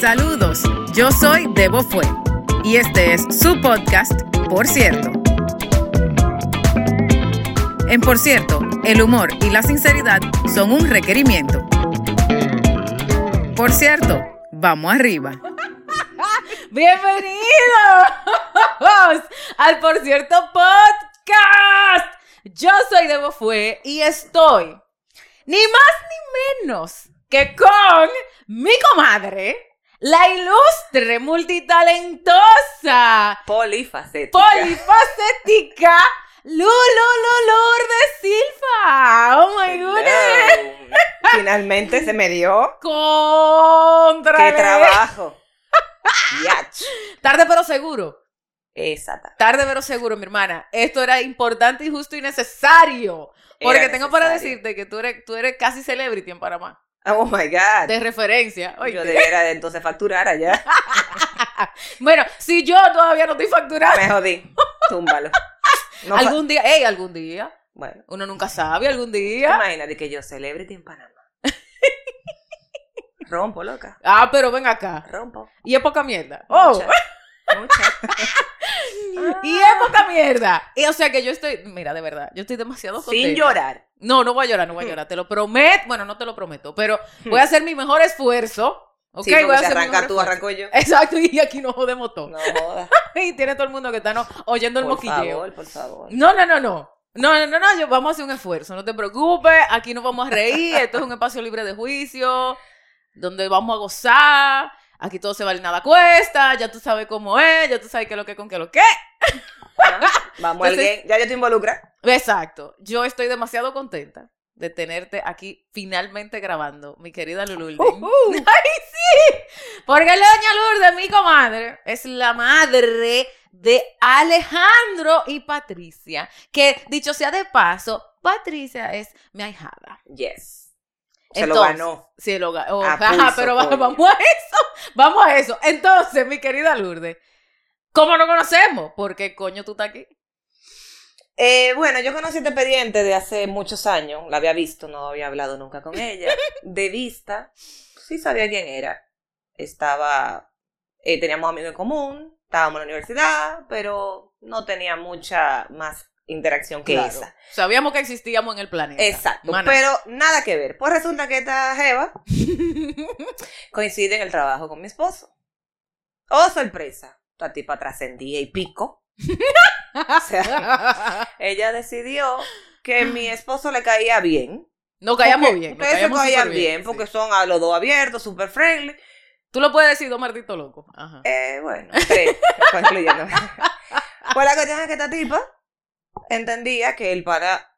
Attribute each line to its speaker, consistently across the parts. Speaker 1: Saludos, yo soy Debo Fue y este es su podcast, Por cierto. En Por cierto, el humor y la sinceridad son un requerimiento. Por cierto, vamos arriba.
Speaker 2: Bienvenidos al Por cierto podcast. Yo soy Debo Fue y estoy ni más ni menos que con mi comadre, la ilustre, multitalentosa,
Speaker 3: Polifacética.
Speaker 2: polifacética, Lulu Lourdes Silva. Oh my goodness.
Speaker 3: Hello. Finalmente se me dio.
Speaker 2: Contra.
Speaker 3: ¡Qué trabajo! Yach.
Speaker 2: Tarde pero seguro.
Speaker 3: Exacta.
Speaker 2: Tarde pero seguro, mi hermana. Esto era importante y justo y necesario. Porque
Speaker 3: Era
Speaker 2: tengo para
Speaker 3: necesario.
Speaker 2: decirte que tú eres, tú eres casi celebrity en Panamá.
Speaker 3: Oh my God.
Speaker 2: De referencia.
Speaker 3: Yo
Speaker 2: oíste.
Speaker 3: debería de entonces facturar allá.
Speaker 2: Bueno, si yo todavía no estoy facturando.
Speaker 3: Me jodí. Túmbalo. No fa-
Speaker 2: algún día, ey, algún día.
Speaker 3: Bueno,
Speaker 2: Uno nunca sabe, algún día.
Speaker 3: imagínate que yo celebrity en Panamá. Rompo, loca.
Speaker 2: Ah, pero ven acá.
Speaker 3: Rompo.
Speaker 2: Y es poca mierda. Oh.
Speaker 3: Mucha. Mucha.
Speaker 2: Y es poca mierda. Y, o sea que yo estoy, mira, de verdad, yo estoy demasiado contenta.
Speaker 3: Sin Hmm. llorar.
Speaker 2: No, no voy a llorar, no voy a llorar. Te lo prometo. Bueno, no te lo prometo, pero voy a hacer mi mejor esfuerzo. Ok,
Speaker 3: Hmm. Sí, porque
Speaker 2: voy a
Speaker 3: si
Speaker 2: hacer Eh, mi
Speaker 3: arranca
Speaker 2: mejor
Speaker 3: tú,
Speaker 2: esfuerzo.
Speaker 3: arranco yo.
Speaker 2: Exacto, y aquí nos jodemos todo.
Speaker 3: No jodas.
Speaker 2: Y tiene todo el mundo que está no, oyendo el
Speaker 3: Por
Speaker 2: moquilleo. Mm.
Speaker 3: favor, por favor.
Speaker 2: No, no, no, no. No, no, no, no, yo, vamos a hacer un esfuerzo, no te preocupes, aquí nos vamos a reír, esto es un espacio libre de juicio, donde vamos a gozar, aquí todo se vale nada cuesta, ya tú sabes cómo es, ya tú sabes qué es lo que con qué es lo que. Entonces-
Speaker 3: Vamos, alguien. Ya yo te involucra.
Speaker 2: Exacto, yo estoy demasiado contenta de tenerte aquí finalmente grabando, mi querida Lulul. ¡Ay, sí! Porque la doña Lourdes, mi comadre, es la madre de Alejandro y Patricia, que dicho sea de paso, Patricia es mi ahijada.
Speaker 3: Yes. Se lo
Speaker 2: Entonces,
Speaker 3: ganó.
Speaker 2: Sí, lo ga- oh,
Speaker 3: A
Speaker 2: ajá,
Speaker 3: pulso,
Speaker 2: pero va-
Speaker 3: coño.
Speaker 2: vamos a eso, vamos a eso. Entonces, mi querida Lourdes, ¿cómo nos conocemos? Porque coño tú estás aquí.
Speaker 3: Eh, bueno, yo conocí este expediente de hace muchos años, la había visto, no había hablado nunca con ella. De vista, sí sabía quién era. Estaba, eh, teníamos amigos en común, estábamos en la universidad, pero no tenía mucha más interacción que
Speaker 2: Claro.
Speaker 3: esa.
Speaker 2: Sabíamos que existíamos en el planeta.
Speaker 3: Exacto,
Speaker 2: Mana.
Speaker 3: pero nada que ver. Pues resulta que esta Jeva coincide en el trabajo con mi esposo. Oh, sorpresa. La tipa trascendía y pico. O sea, ella decidió que mi esposo le caía bien.
Speaker 2: Nos callamos
Speaker 3: Porque
Speaker 2: Ah. bien. nos
Speaker 3: Ustedes se
Speaker 2: callamos
Speaker 3: caían
Speaker 2: súper
Speaker 3: bien,
Speaker 2: sí.
Speaker 3: porque son a los dos abiertos, super friendly.
Speaker 2: Tú lo puedes decir, dos malditos locos. Ajá.
Speaker 3: Eh, bueno, tres, concluyendo. Pues la cuestión es que esta tipa entendía que el para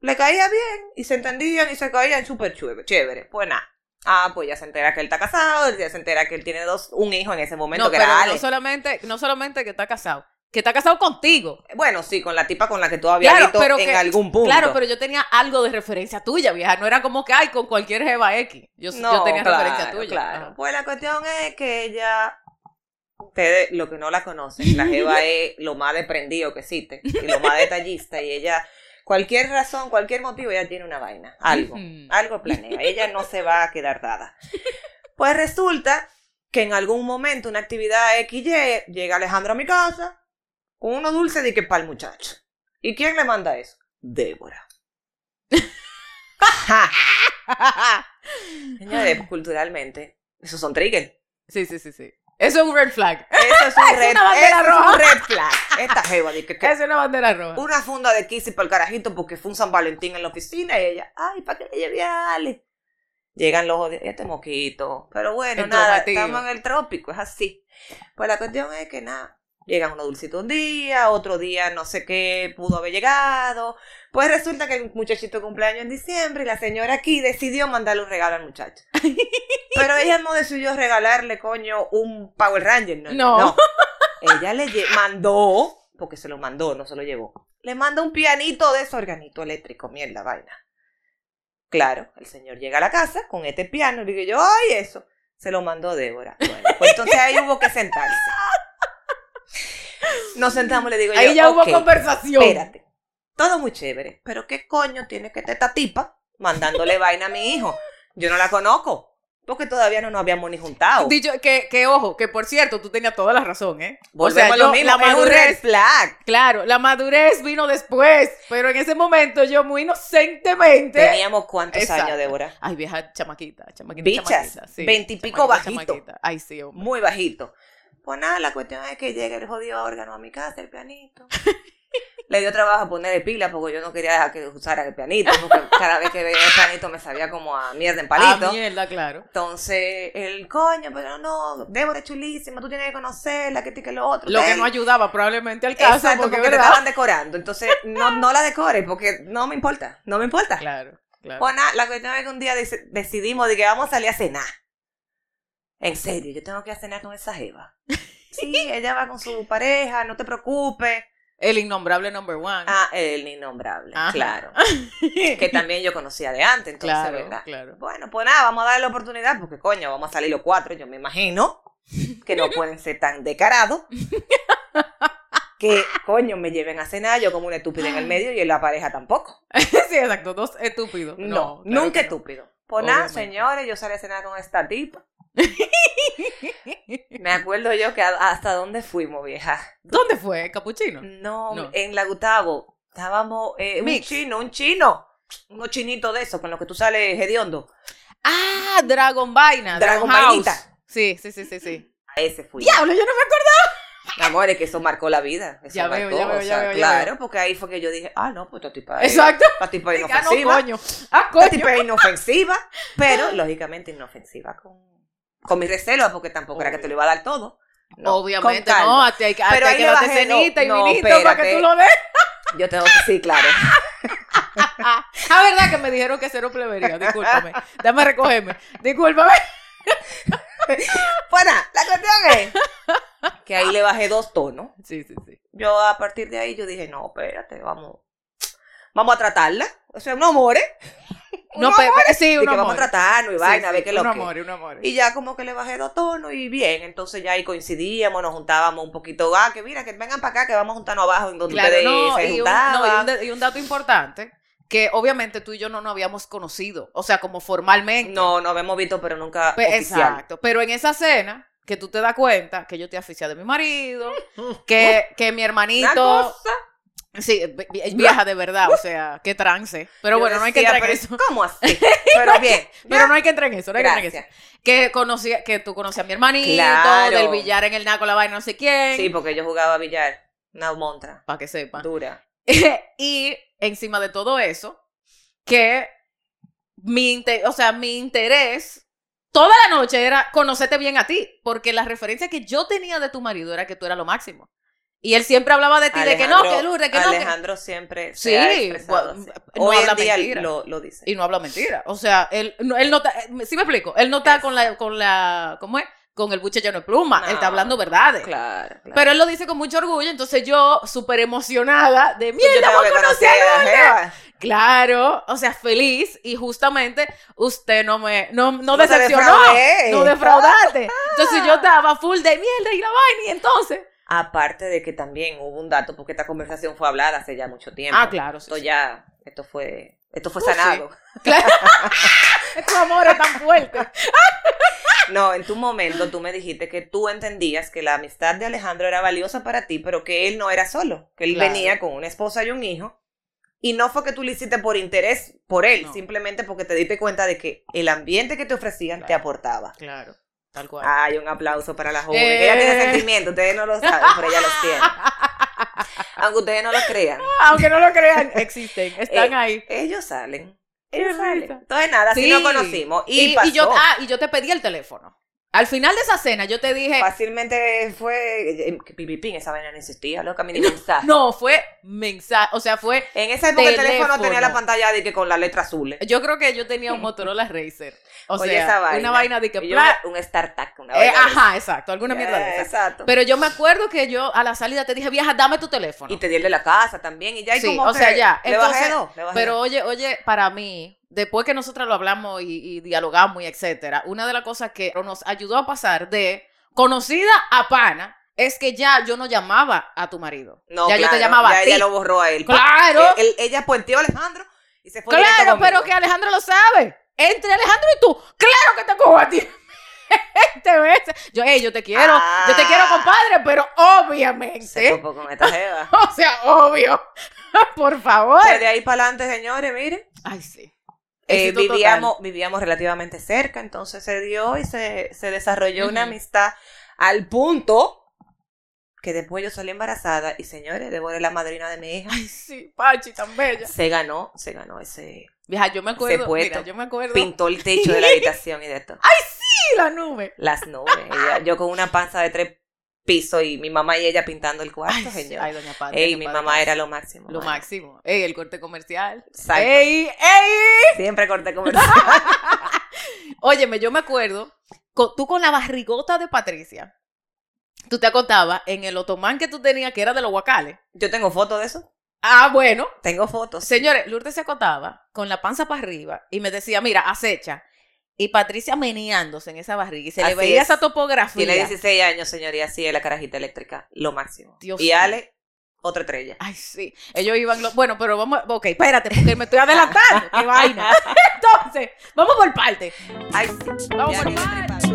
Speaker 3: le caía bien y se entendían y se caían súper chévere, chévere. Pues nada. Ah, pues ya se entera que él está casado, ya se entera que él tiene dos, un hijo en ese momento
Speaker 2: No,
Speaker 3: que
Speaker 2: pero
Speaker 3: era
Speaker 2: no
Speaker 3: Ale.
Speaker 2: solamente, no solamente que está casado, que está casado contigo.
Speaker 3: Bueno, sí, con la tipa con la que tú habías
Speaker 2: Claro,
Speaker 3: visto
Speaker 2: pero
Speaker 3: en
Speaker 2: que-
Speaker 3: algún punto.
Speaker 2: Claro, pero yo tenía algo de referencia tuya, vieja. No era como que, ay, con cualquier Jeva X. Yo, yo tenía referencia tuya.
Speaker 3: Claro.
Speaker 2: Ajá.
Speaker 3: Pues la cuestión es que ella. Ustedes, lo que no la conocen, la Jeva es lo más desprendido que existe y lo más detallista. Y ella, cualquier razón, cualquier motivo, ella tiene una vaina, algo,
Speaker 2: Ujú.
Speaker 3: algo planea. Ella no se va a quedar dada. Pues resulta que en algún momento, una actividad XY, llega Alejandro a mi casa con unos dulces de que para el muchacho. ¿Y quién le manda eso? Débora. Señores, pues, culturalmente, esos son triggers.
Speaker 2: sí, sí, sí, sí. Eso es un red flag.
Speaker 3: Eso es un red,
Speaker 2: una bandera
Speaker 3: eso es un
Speaker 2: roja.
Speaker 3: red flag. Esta jeva dice que, que
Speaker 2: Eso es una bandera roja.
Speaker 3: una funda de Kissy para el carajito porque fue un San Valentín en la oficina y ella, ay, ¿para qué le llevé a Ale? Llegan los odios, este moquito. Pero bueno,
Speaker 2: El
Speaker 3: nada,
Speaker 2: traumatismo.
Speaker 3: estamos en el trópico, es así. Pues la cuestión es que nada, llegan unos dulcitos un día, otro día no sé qué pudo haber llegado. Pues resulta que el muchachito cumpleaños en diciembre y la señora aquí decidió mandarle un regalo al muchacho. Pero ella no decidió regalarle, coño, un Power Ranger. No.
Speaker 2: No.
Speaker 3: no, no. Ella le lle- mandó, porque se lo mandó, no se lo llevó. Le manda un pianito de ese organito eléctrico, mierda, vaina. Claro, el señor llega a la casa con este piano y digo yo, ay, eso. Se lo mandó Débora. Bueno, pues entonces ahí hubo que sentarse. Nos sentamos, le digo yo.
Speaker 2: Ahí ya
Speaker 3: "Ok".
Speaker 2: hubo conversación.
Speaker 3: Espérate. Todo muy chévere. Pero qué coño tiene que esta tipa mandándole vaina a mi hijo. Yo no la conozco. Porque todavía no nos habíamos ni juntado.
Speaker 2: Dicho, que, que ojo, que por cierto, tú tenías toda la razón, ¿eh?
Speaker 3: Volvemos a
Speaker 2: yo-
Speaker 3: lo mismo,
Speaker 2: la
Speaker 3: es un
Speaker 2: madurez.
Speaker 3: red flag.
Speaker 2: Claro, la madurez vino después, pero en ese momento yo muy inocentemente.
Speaker 3: Teníamos cuántos
Speaker 2: Exacto.
Speaker 3: años, Débora.
Speaker 2: Ay, vieja chamaquita, chamaquita.
Speaker 3: Bichas,
Speaker 2: chamaquita, sí,
Speaker 3: veintipico
Speaker 2: chamaquita,
Speaker 3: bajito.
Speaker 2: chamaquita. Ay, sí, hombre.
Speaker 3: Muy bajito. Pues nada, la cuestión es que llega el jodido órgano a mi casa, el pianito. Le dio trabajo a poner de pila porque yo no quería dejar que usara el pianito, porque cada vez que veía el pianito me sabía como a mierda en palito.
Speaker 2: Ah, mierda, claro.
Speaker 3: Entonces, el coño, pero no, Débora es chulísima, tú tienes que conocerla, que te que lo otro.
Speaker 2: Lo que
Speaker 3: Ey,
Speaker 2: no ayudaba probablemente al caso,
Speaker 3: Exacto, porque,
Speaker 2: porque,
Speaker 3: te
Speaker 2: ¿verdad?
Speaker 3: estaban decorando. Entonces, no, no la decores, porque no me importa, no me importa.
Speaker 2: Claro, claro.
Speaker 3: Pues nada, la cuestión es que un día dec- decidimos de que vamos a salir a cenar. En serio, yo tengo que ir a cenar con esa jeva. Sí, ella va con su pareja, no te preocupes.
Speaker 2: El innombrable number one.
Speaker 3: Ah, el innombrable,
Speaker 2: Ajá.
Speaker 3: claro. Que también yo conocía de antes, entonces,
Speaker 2: claro,
Speaker 3: ¿verdad?
Speaker 2: claro.
Speaker 3: Bueno, pues nada, vamos a darle la oportunidad, porque coño, vamos a salir los cuatro, yo me imagino que no pueden ser tan decarados. Que coño, me lleven a cenar, yo como una estúpida en el medio y la pareja tampoco.
Speaker 2: sí, exacto, dos estúpidos.
Speaker 3: No,
Speaker 2: No, claro
Speaker 3: nunca
Speaker 2: que no.
Speaker 3: estúpido. Pues nada,
Speaker 2: Obviamente.
Speaker 3: señores, yo salí a cenar con esta tipa. Me acuerdo yo que a- hasta dónde fuimos, vieja.
Speaker 2: ¿Dónde fue? ¿Capuchino?
Speaker 3: No,
Speaker 2: No.
Speaker 3: en la Gustavo. Estábamos eh, un
Speaker 2: Mix.
Speaker 3: chino, un chino. Unos chinitos de esos con los que tú sales hediondo.
Speaker 2: Ah, Dragon Vaina. Dragon,
Speaker 3: Dragon
Speaker 2: House.
Speaker 3: Vainita.
Speaker 2: Sí, sí, sí, sí, sí.
Speaker 3: A ese fui.
Speaker 2: Diablo, yo no me acuerdo.
Speaker 3: Amores, que eso marcó la vida. Eso
Speaker 2: Ya veo,
Speaker 3: marcó,
Speaker 2: ya veo,
Speaker 3: o
Speaker 2: ya
Speaker 3: sea,
Speaker 2: veo, ya
Speaker 3: claro,
Speaker 2: veo.
Speaker 3: porque ahí fue que yo dije, ah, no, pues esta tipa es,
Speaker 2: Exacto.
Speaker 3: esta tipa es
Speaker 2: Ah, no,
Speaker 3: inofensiva.
Speaker 2: coño. Ah,
Speaker 3: Esta
Speaker 2: coño.
Speaker 3: tipa es inofensiva, pero lógicamente inofensiva con, con mi reserva, porque tampoco era que te lo iba a dar todo. No,
Speaker 2: Obviamente,
Speaker 3: con calma.
Speaker 2: no, a ti hay que, a ti
Speaker 3: Pero
Speaker 2: hay
Speaker 3: ahí
Speaker 2: que
Speaker 3: le
Speaker 2: darte
Speaker 3: bajé dos.
Speaker 2: cenita y
Speaker 3: No,
Speaker 2: vinito para que
Speaker 3: espérate.
Speaker 2: tú lo des.
Speaker 3: Yo tengo que, sí, claro.
Speaker 2: Ah, ah, verdad que me dijeron que cero plebería, discúlpame. Dame a recogerme. Discúlpame.
Speaker 3: Bueno, la cuestión es que ahí le bajé dos tonos.
Speaker 2: Sí, sí, sí.
Speaker 3: Yo a partir de ahí yo dije, no, espérate, vamos, vamos a tratarla. O sea, no amores.
Speaker 2: No,
Speaker 3: Unos
Speaker 2: pe- pe- sí,
Speaker 3: de
Speaker 2: un
Speaker 3: que vamos a
Speaker 2: amor.
Speaker 3: tratarnos y
Speaker 2: Sí,
Speaker 3: vaina, a
Speaker 2: sí,
Speaker 3: ver qué es lo
Speaker 2: Un
Speaker 3: que.
Speaker 2: amor, un amor.
Speaker 3: Y ya como que le bajé dos tonos y bien, entonces ya ahí coincidíamos, nos juntábamos un poquito, ah, que mira, que vengan para acá, que vamos a juntarnos abajo en donde
Speaker 2: Claro,
Speaker 3: ustedes
Speaker 2: no,
Speaker 3: se
Speaker 2: y un, no, y un
Speaker 3: juntaban.
Speaker 2: da- y un dato importante, que obviamente tú y yo no nos habíamos conocido, o sea, como formalmente.
Speaker 3: No, nos habíamos visto, pero nunca
Speaker 2: Pe-
Speaker 3: oficial.
Speaker 2: exacto. Pero en esa cena, que tú te das cuenta que yo te aficia de mi marido, que, que mi
Speaker 3: Una
Speaker 2: hermanito...
Speaker 3: cosa,
Speaker 2: Sí, eh, vi- vi- vieja de verdad, o sea, que trance. Pero
Speaker 3: yo
Speaker 2: bueno, no hay que
Speaker 3: decía,
Speaker 2: entrar en
Speaker 3: pero
Speaker 2: eso.
Speaker 3: ¿Cómo así? Pero bien,
Speaker 2: Pero no hay que entrar en eso, no hay que entrar en
Speaker 3: gracias.
Speaker 2: eso. Que, conocía, que tú conocías a mi hermanito,
Speaker 3: Claro.
Speaker 2: del billar en el naco, la vaina, no sé quién.
Speaker 3: Sí, porque yo jugaba a billar, una montra,
Speaker 2: Para que sepan.
Speaker 3: dura.
Speaker 2: y encima de todo eso, que mi, inte- o sea, mi interés toda la noche era conocerte bien a ti, porque la referencia que yo tenía de tu marido era que tú eras lo máximo. Y él siempre hablaba de ti, de que no, que Lourdes, que no. que-
Speaker 3: Alejandro siempre se
Speaker 2: Sí,
Speaker 3: ha expresado
Speaker 2: bueno,
Speaker 3: así.
Speaker 2: no
Speaker 3: Hoy
Speaker 2: habla
Speaker 3: en día
Speaker 2: mentira.
Speaker 3: lo, lo dice.
Speaker 2: Y no habla mentira. O sea, él no, él no está, eh, sí me explico, él no está con la, con la, ¿cómo es? Con el buche lleno de pluma, él está
Speaker 3: No,
Speaker 2: hablando verdades.
Speaker 3: Claro, claro.
Speaker 2: Pero él lo dice con mucho orgullo, entonces yo súper emocionada de
Speaker 3: yo
Speaker 2: mierda,
Speaker 3: tengo que conocer a la jeva.
Speaker 2: Claro, o sea, feliz y justamente usted no me no, no,
Speaker 3: te
Speaker 2: decepcionó,
Speaker 3: defraudé.
Speaker 2: no defraudaste. Entonces yo estaba full de mierda y la vaina y entonces.
Speaker 3: Aparte de que también hubo un dato, porque esta conversación fue hablada hace ya mucho tiempo.
Speaker 2: Ah, claro, sí.
Speaker 3: Esto
Speaker 2: sí.
Speaker 3: ya, esto fue, esto fue
Speaker 2: Uh,
Speaker 3: sanado.
Speaker 2: Claro. tu amor es tan fuerte.
Speaker 3: No, en tu momento tú me dijiste que tú entendías que la amistad de Alejandro era valiosa para ti, pero que él no era solo, que él
Speaker 2: Claro.
Speaker 3: venía con una esposa y un hijo. Y no fue que tú lo hiciste por interés por él,
Speaker 2: No.
Speaker 3: simplemente porque te diste cuenta de que el ambiente que te ofrecían te
Speaker 2: Claro.
Speaker 3: aportaba.
Speaker 2: Claro, tal cual.
Speaker 3: Ay, un aplauso para la joven.
Speaker 2: Eh.
Speaker 3: Ella tiene sentimientos, ustedes no lo saben, pero ella los tiene. Aunque ustedes no lo crean,
Speaker 2: Aunque no lo crean, existen, están
Speaker 3: Eh,
Speaker 2: ahí.
Speaker 3: ellos salen.
Speaker 2: Qué
Speaker 3: Ellos salen.
Speaker 2: risa.
Speaker 3: Entonces nada, así
Speaker 2: Sí.
Speaker 3: nos conocimos. Y, pasó.
Speaker 2: yo ah, y yo te pedí el teléfono. Al final de esa cena yo te dije,
Speaker 3: Fácilmente fue eh, pipipín, esa vaina no existía, loca, mi mensaje.
Speaker 2: no, fue mensaje, o sea, fue
Speaker 3: En esa época el teléfono
Speaker 2: Teléfono.
Speaker 3: tenía la pantalla de que con la letra azul. eh.
Speaker 2: yo creo que yo tenía un Motorola Racer. O
Speaker 3: Oye,
Speaker 2: sea,
Speaker 3: esa vaina.
Speaker 2: una vaina de que
Speaker 3: Y yo,
Speaker 2: pla-
Speaker 3: un StarTac, una
Speaker 2: Eh,
Speaker 3: vaina de
Speaker 2: ajá, exacto, alguna
Speaker 3: esa.
Speaker 2: mierda de
Speaker 3: Eh,
Speaker 2: esa.
Speaker 3: Exacto.
Speaker 2: Pero yo me acuerdo que yo a la salida te dije, vieja, dame tu teléfono.
Speaker 3: y te di el de la casa también y ya y
Speaker 2: Sí,
Speaker 3: como
Speaker 2: o sea,
Speaker 3: que
Speaker 2: ya.
Speaker 3: Le bajé
Speaker 2: Entonces,
Speaker 3: dos, le bajé
Speaker 2: Pero
Speaker 3: dos.
Speaker 2: oye, oye, para mí, después que nosotras lo hablamos y, y dialogamos y etcétera, una de las cosas que nos ayudó a pasar de conocida a pana es que ya yo no llamaba a tu marido.
Speaker 3: No,
Speaker 2: ya yo te
Speaker 3: claro,
Speaker 2: llamaba
Speaker 3: ya
Speaker 2: a ti.
Speaker 3: ella lo borró a él.
Speaker 2: Claro,
Speaker 3: Él- él- ella puenteó a Alejandro y se eh, fue directo
Speaker 2: claro,
Speaker 3: conmigo.
Speaker 2: pero que Alejandro lo sabe. entre Alejandro y tú, claro que te cojo a ti. Te ves. Yo, hey, yo te quiero, yo te quiero, compadre, pero obviamente.
Speaker 3: Ah. Se copó con esta jeva.
Speaker 2: O sea, obvio. Por favor.
Speaker 3: O sea, de ahí para adelante, señores, miren.
Speaker 2: Ay, sí.
Speaker 3: Eh,
Speaker 2: Éxito
Speaker 3: vivíamos, vivíamos relativamente cerca, entonces se dio y se, se desarrolló una
Speaker 2: Ujú.
Speaker 3: amistad al punto que después yo salí embarazada y señores, Débora es la madrina de mi hija.
Speaker 2: Ay, sí, Pachi, tan bella.
Speaker 3: Se ganó, se ganó ese.
Speaker 2: Vieja, yo me acuerdo.
Speaker 3: puesto.
Speaker 2: Mira, yo me acuerdo.
Speaker 3: Pintó el techo de la habitación y de todo.
Speaker 2: Sí, la nube.
Speaker 3: Las nubes. ella- yo con una panza de tres pisos y mi mamá y ella pintando el cuarto,
Speaker 2: Ay, sí.
Speaker 3: señor.
Speaker 2: Ay, doña Pachi.
Speaker 3: Ey,
Speaker 2: doña
Speaker 3: mi
Speaker 2: Pachi.
Speaker 3: mamá era lo máximo.
Speaker 2: Lo ¿Eh?
Speaker 3: mano.
Speaker 2: máximo. Ey, el corte comercial.
Speaker 3: Exacto.
Speaker 2: Ey, ey.
Speaker 3: Siempre corté conversación.
Speaker 2: Óyeme, yo me acuerdo, co- tú con la barrigota de Patricia, tú te acotabas en el otomán que tú tenías, que era de los guacales.
Speaker 3: Yo tengo fotos de eso.
Speaker 2: Ah, bueno.
Speaker 3: Tengo fotos.
Speaker 2: Señores, Lourdes se acotaba con la panza para arriba y me decía, mira, acecha. Y Patricia meneándose en esa barriga y se
Speaker 3: Así
Speaker 2: le veía
Speaker 3: es.
Speaker 2: esa topografía.
Speaker 3: Tiene 16 años, señoría, así es la carajita eléctrica. Lo máximo.
Speaker 2: Dios
Speaker 3: y
Speaker 2: mío.
Speaker 3: Ale, otra estrella.
Speaker 2: Ay, sí. Ellos iban. lo- Bueno, pero vamos. Ok, espérate, porque me estoy adelantando. ¡Qué vaina! Entonces, vamos por parte.
Speaker 3: Ay, sí.
Speaker 2: Vamos
Speaker 3: Ya
Speaker 2: por
Speaker 3: quedé
Speaker 2: parte.
Speaker 3: trepada.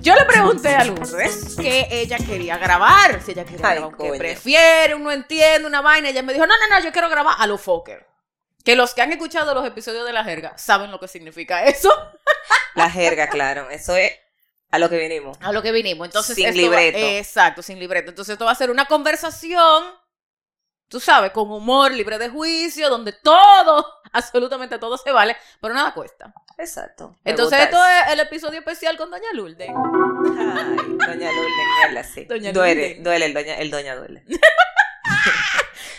Speaker 2: Yo le pregunté a Lourdes que ella quería grabar. Si ella quería
Speaker 3: Ay,
Speaker 2: grabar, que
Speaker 3: coño.
Speaker 2: prefiere, uno entiende una vaina. Ella me dijo, no, no, no, yo quiero grabar a los Fokker. Que los que han escuchado los episodios de la jerga saben lo que significa eso.
Speaker 3: La jerga, claro. Eso es a lo que vinimos.
Speaker 2: A lo que vinimos. Entonces,
Speaker 3: Sin
Speaker 2: esto va-
Speaker 3: libreto.
Speaker 2: exacto, sin libreto. Entonces, esto va a ser una conversación, tú sabes, con humor, libre de juicio, donde todo, absolutamente todo se vale, pero nada cuesta.
Speaker 3: Exacto. Me
Speaker 2: Entonces,
Speaker 3: gusta
Speaker 2: esto
Speaker 3: eso.
Speaker 2: es el episodio especial con Doña Lulde.
Speaker 3: Ay, Doña Lourdes, mierda, sí.
Speaker 2: Doña
Speaker 3: duele,
Speaker 2: Lourdes.
Speaker 3: duele el doña, el doña duele.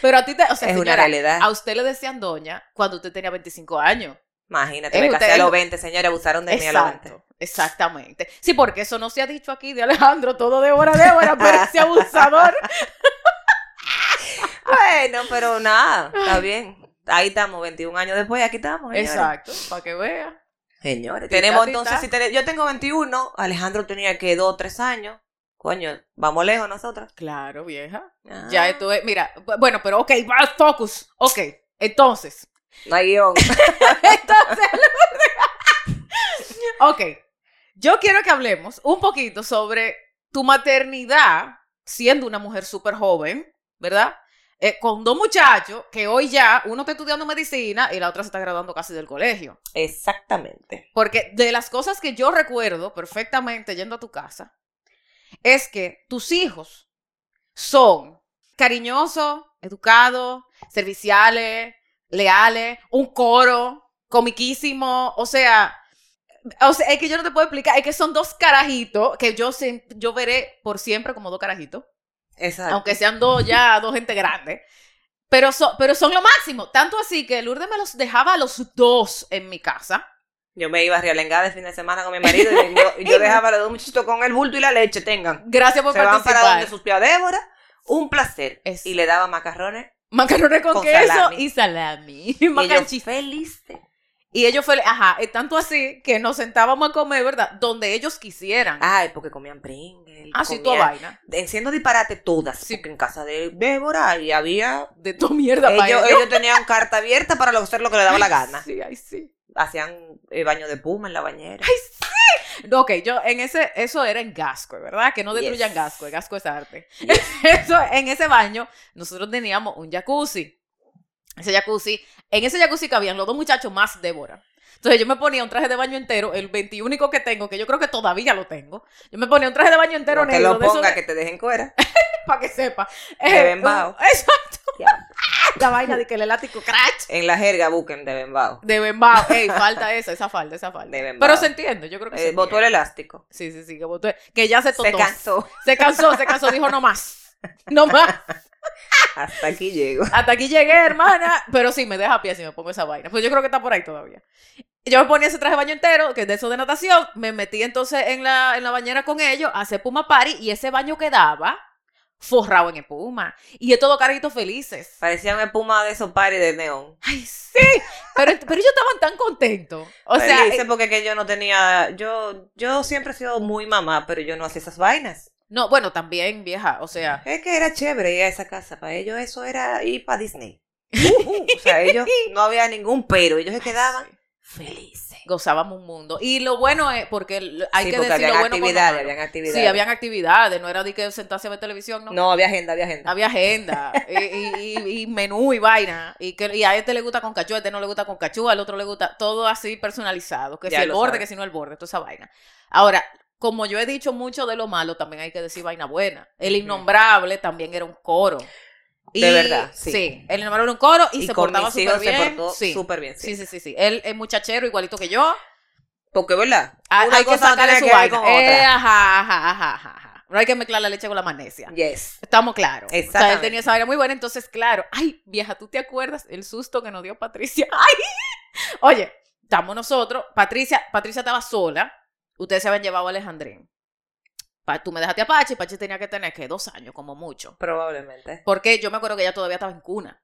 Speaker 2: Pero a ti te, o sea,
Speaker 3: es una
Speaker 2: señora,
Speaker 3: realidad.
Speaker 2: a usted le decían Doña cuando usted tenía 25 años.
Speaker 3: Imagínate,
Speaker 2: Es
Speaker 3: me casé
Speaker 2: usted-
Speaker 3: a los 20, señores, abusaron de mí a los 20.
Speaker 2: Exacto. Exactamente. Sí, porque eso no se ha dicho aquí de Alejandro, todo de hora de hora, pero ese abusador.
Speaker 3: Bueno, pero nada, está bien. Ahí estamos, 21 años después, aquí estamos. Señores.
Speaker 2: Exacto, para que vea.
Speaker 3: Señores,
Speaker 2: Tita,
Speaker 3: tenemos
Speaker 2: tita.
Speaker 3: entonces, si tene- yo tengo 21, Alejandro tenía que 2, 3 años. Coño, vamos lejos nosotras.
Speaker 2: Claro, vieja.
Speaker 3: Ah,
Speaker 2: Ya esto es, mira, bu- bueno, pero ok, va, focus, ok, entonces,
Speaker 3: No hay guión.
Speaker 2: entonces, Lourdes, ok, yo quiero que hablemos un poquito sobre tu maternidad siendo una mujer súper joven, ¿verdad? Eh, con dos muchachos que hoy ya uno está estudiando medicina y la otra se está graduando casi del colegio.
Speaker 3: Exactamente.
Speaker 2: Porque de las cosas que yo recuerdo perfectamente yendo a tu casa, es que tus hijos son cariñosos, educados, serviciales, leales, un coro, comiquísimo, o sea, o sea, es que yo no te puedo explicar, es que son dos carajitos que yo, sien- yo veré por siempre como dos carajitos
Speaker 3: Exacto.
Speaker 2: aunque sean dos ya, dos gente grande. Pero, so- pero son lo máximo. Tanto así que Lourdes me los dejaba a los dos en mi casa.
Speaker 3: Yo me iba a realengar de fin de semana con mi marido y yo, y yo dejaba a los dos muchachitos con el bulto y la leche, tengan.
Speaker 2: Gracias por
Speaker 3: Se van
Speaker 2: participar.
Speaker 3: para donde sus a Débora. Un placer.
Speaker 2: Es-
Speaker 3: Y le daba macarrones.
Speaker 2: Macarrones con,
Speaker 3: con
Speaker 2: queso
Speaker 3: salami.
Speaker 2: y salami.
Speaker 3: Y ellos
Speaker 2: Macanchi.
Speaker 3: felices.
Speaker 2: Y ellos fue, ajá, eh, tanto así que nos sentábamos a comer, ¿verdad? Donde ellos quisieran. Ah,
Speaker 3: Ay, porque comían pringles.
Speaker 2: sí, toda
Speaker 3: comían-
Speaker 2: vaina.
Speaker 3: Enciendo disparate todas.
Speaker 2: Sí.
Speaker 3: Porque en casa de Débora y había...
Speaker 2: De tu mierda para
Speaker 3: Ellos, ellos tenían carta abierta para hacer lo que le daba la gana.
Speaker 2: Sí, ¿eh? ay, sí.
Speaker 3: Hacían eh, baño de puma en la bañera.
Speaker 2: No, Ok, yo en ese, eso era en Gasco, ¿verdad? Que no destruyan
Speaker 3: Yes.
Speaker 2: Gasco, Gasco es arte. Eso, en ese baño, nosotros teníamos un jacuzzi. Ese jacuzzi, en ese jacuzzi cabían los dos muchachos más Débora. Entonces yo me ponía un traje de baño entero, el 21 que tengo, que yo creo que todavía lo tengo. Yo me ponía un traje de baño entero
Speaker 3: Pero que
Speaker 2: negro,
Speaker 3: lo
Speaker 2: de esos
Speaker 3: ponga,
Speaker 2: de-
Speaker 3: que te dejen cuera.
Speaker 2: para que sepa.
Speaker 3: De Bembao.
Speaker 2: un- Exacto.
Speaker 3: Ya.
Speaker 2: La vaina de que el elástico crash.
Speaker 3: En la jerga busquen de bembao.
Speaker 2: De Bembao. Ey, falta esa, esa falta, esa falta.
Speaker 3: De Bembao.
Speaker 2: Pero se entiende, yo creo que se
Speaker 3: Eh, botó el
Speaker 2: entiende.
Speaker 3: elástico.
Speaker 2: Sí, sí, sí, que botó. Que ya se totó.
Speaker 3: Se cansó.
Speaker 2: Se cansó, se cansó, dijo no más. No más.
Speaker 3: Hasta aquí llego.
Speaker 2: Hasta aquí llegué, hermana. Pero sí, me deja a pie si me pongo esa vaina. Pues yo creo que está por ahí todavía. Yo me ponía ese traje de baño entero, que es de eso de natación. Me metí entonces en la, en la bañera con ellos a hacer Puma Party y ese baño quedaba forrado en espuma. Y de todo carguitos felices.
Speaker 3: Parecía una espuma de esos pares de neón.
Speaker 2: ¡Ay, sí! Pero, pero ellos estaban tan contentos. O sea,
Speaker 3: Felices
Speaker 2: eh,
Speaker 3: porque que yo no tenía, yo, yo siempre he sido muy mamá, pero yo no hacía esas vainas.
Speaker 2: no, bueno, también, vieja, o sea,
Speaker 3: Es que era chévere ir a esa casa, para ellos eso era ir para Disney. Uh, uh, o sea, ellos no había ningún pero, ellos se quedaban felices.
Speaker 2: Gozábamos un mundo. Y lo bueno es, porque l- hay
Speaker 3: Sí,
Speaker 2: que
Speaker 3: porque
Speaker 2: decir lo
Speaker 3: habían
Speaker 2: bueno con lo
Speaker 3: actividades,
Speaker 2: malo.
Speaker 3: habían actividades.
Speaker 2: Sí, habían actividades, no era de que sentarse a ver televisión, no.
Speaker 3: No, había agenda, había agenda.
Speaker 2: Había agenda y, y- y- y menú y vaina. Y, que, y a este le gusta con cachú, a este no le gusta con cachú, al otro le gusta todo así personalizado. Que
Speaker 3: Ya
Speaker 2: si el
Speaker 3: lo
Speaker 2: borde,
Speaker 3: sabes.
Speaker 2: que si no el borde, toda esa vaina. Ahora, como yo he dicho mucho de lo malo, también hay que decir vaina buena. El
Speaker 3: Ujú.
Speaker 2: innombrable también era un coro.
Speaker 3: De verdad, sí.
Speaker 2: el innombrable era un coro y,
Speaker 3: Y
Speaker 2: se
Speaker 3: con
Speaker 2: portaba
Speaker 3: mis hijos
Speaker 2: súper bien.
Speaker 3: se portó
Speaker 2: sí.
Speaker 3: súper bien.
Speaker 2: Sí,
Speaker 3: Sí.
Speaker 2: sí, sí, sí. Él es muchachero igualito que yo.
Speaker 3: Porque, ¿verdad?
Speaker 2: Ah,
Speaker 3: Una
Speaker 2: Hay que
Speaker 3: cosa no
Speaker 2: sacarle
Speaker 3: tiene
Speaker 2: su
Speaker 3: que ver
Speaker 2: vaina.
Speaker 3: con
Speaker 2: Eh,
Speaker 3: otra.
Speaker 2: ajá, ajá, ajá, ajá, ajá. No hay que mezclar la leche con la magnesia.
Speaker 3: Yes.
Speaker 2: Estamos claros. O sea, él
Speaker 3: Exactamente.
Speaker 2: tenía esa vaina muy buena. Entonces, claro. Ay, vieja, ¿tú te acuerdas el susto que nos dio Patricia? Ay. Oye, estamos nosotros. Patricia, Patricia estaba sola. Ustedes se habían llevado a Alejandrín. Pa- tú me dejaste a Pachi. Pachi tenía que tener, que Dos años, como mucho.
Speaker 3: Probablemente.
Speaker 2: Porque yo me acuerdo que ella todavía estaba en cuna.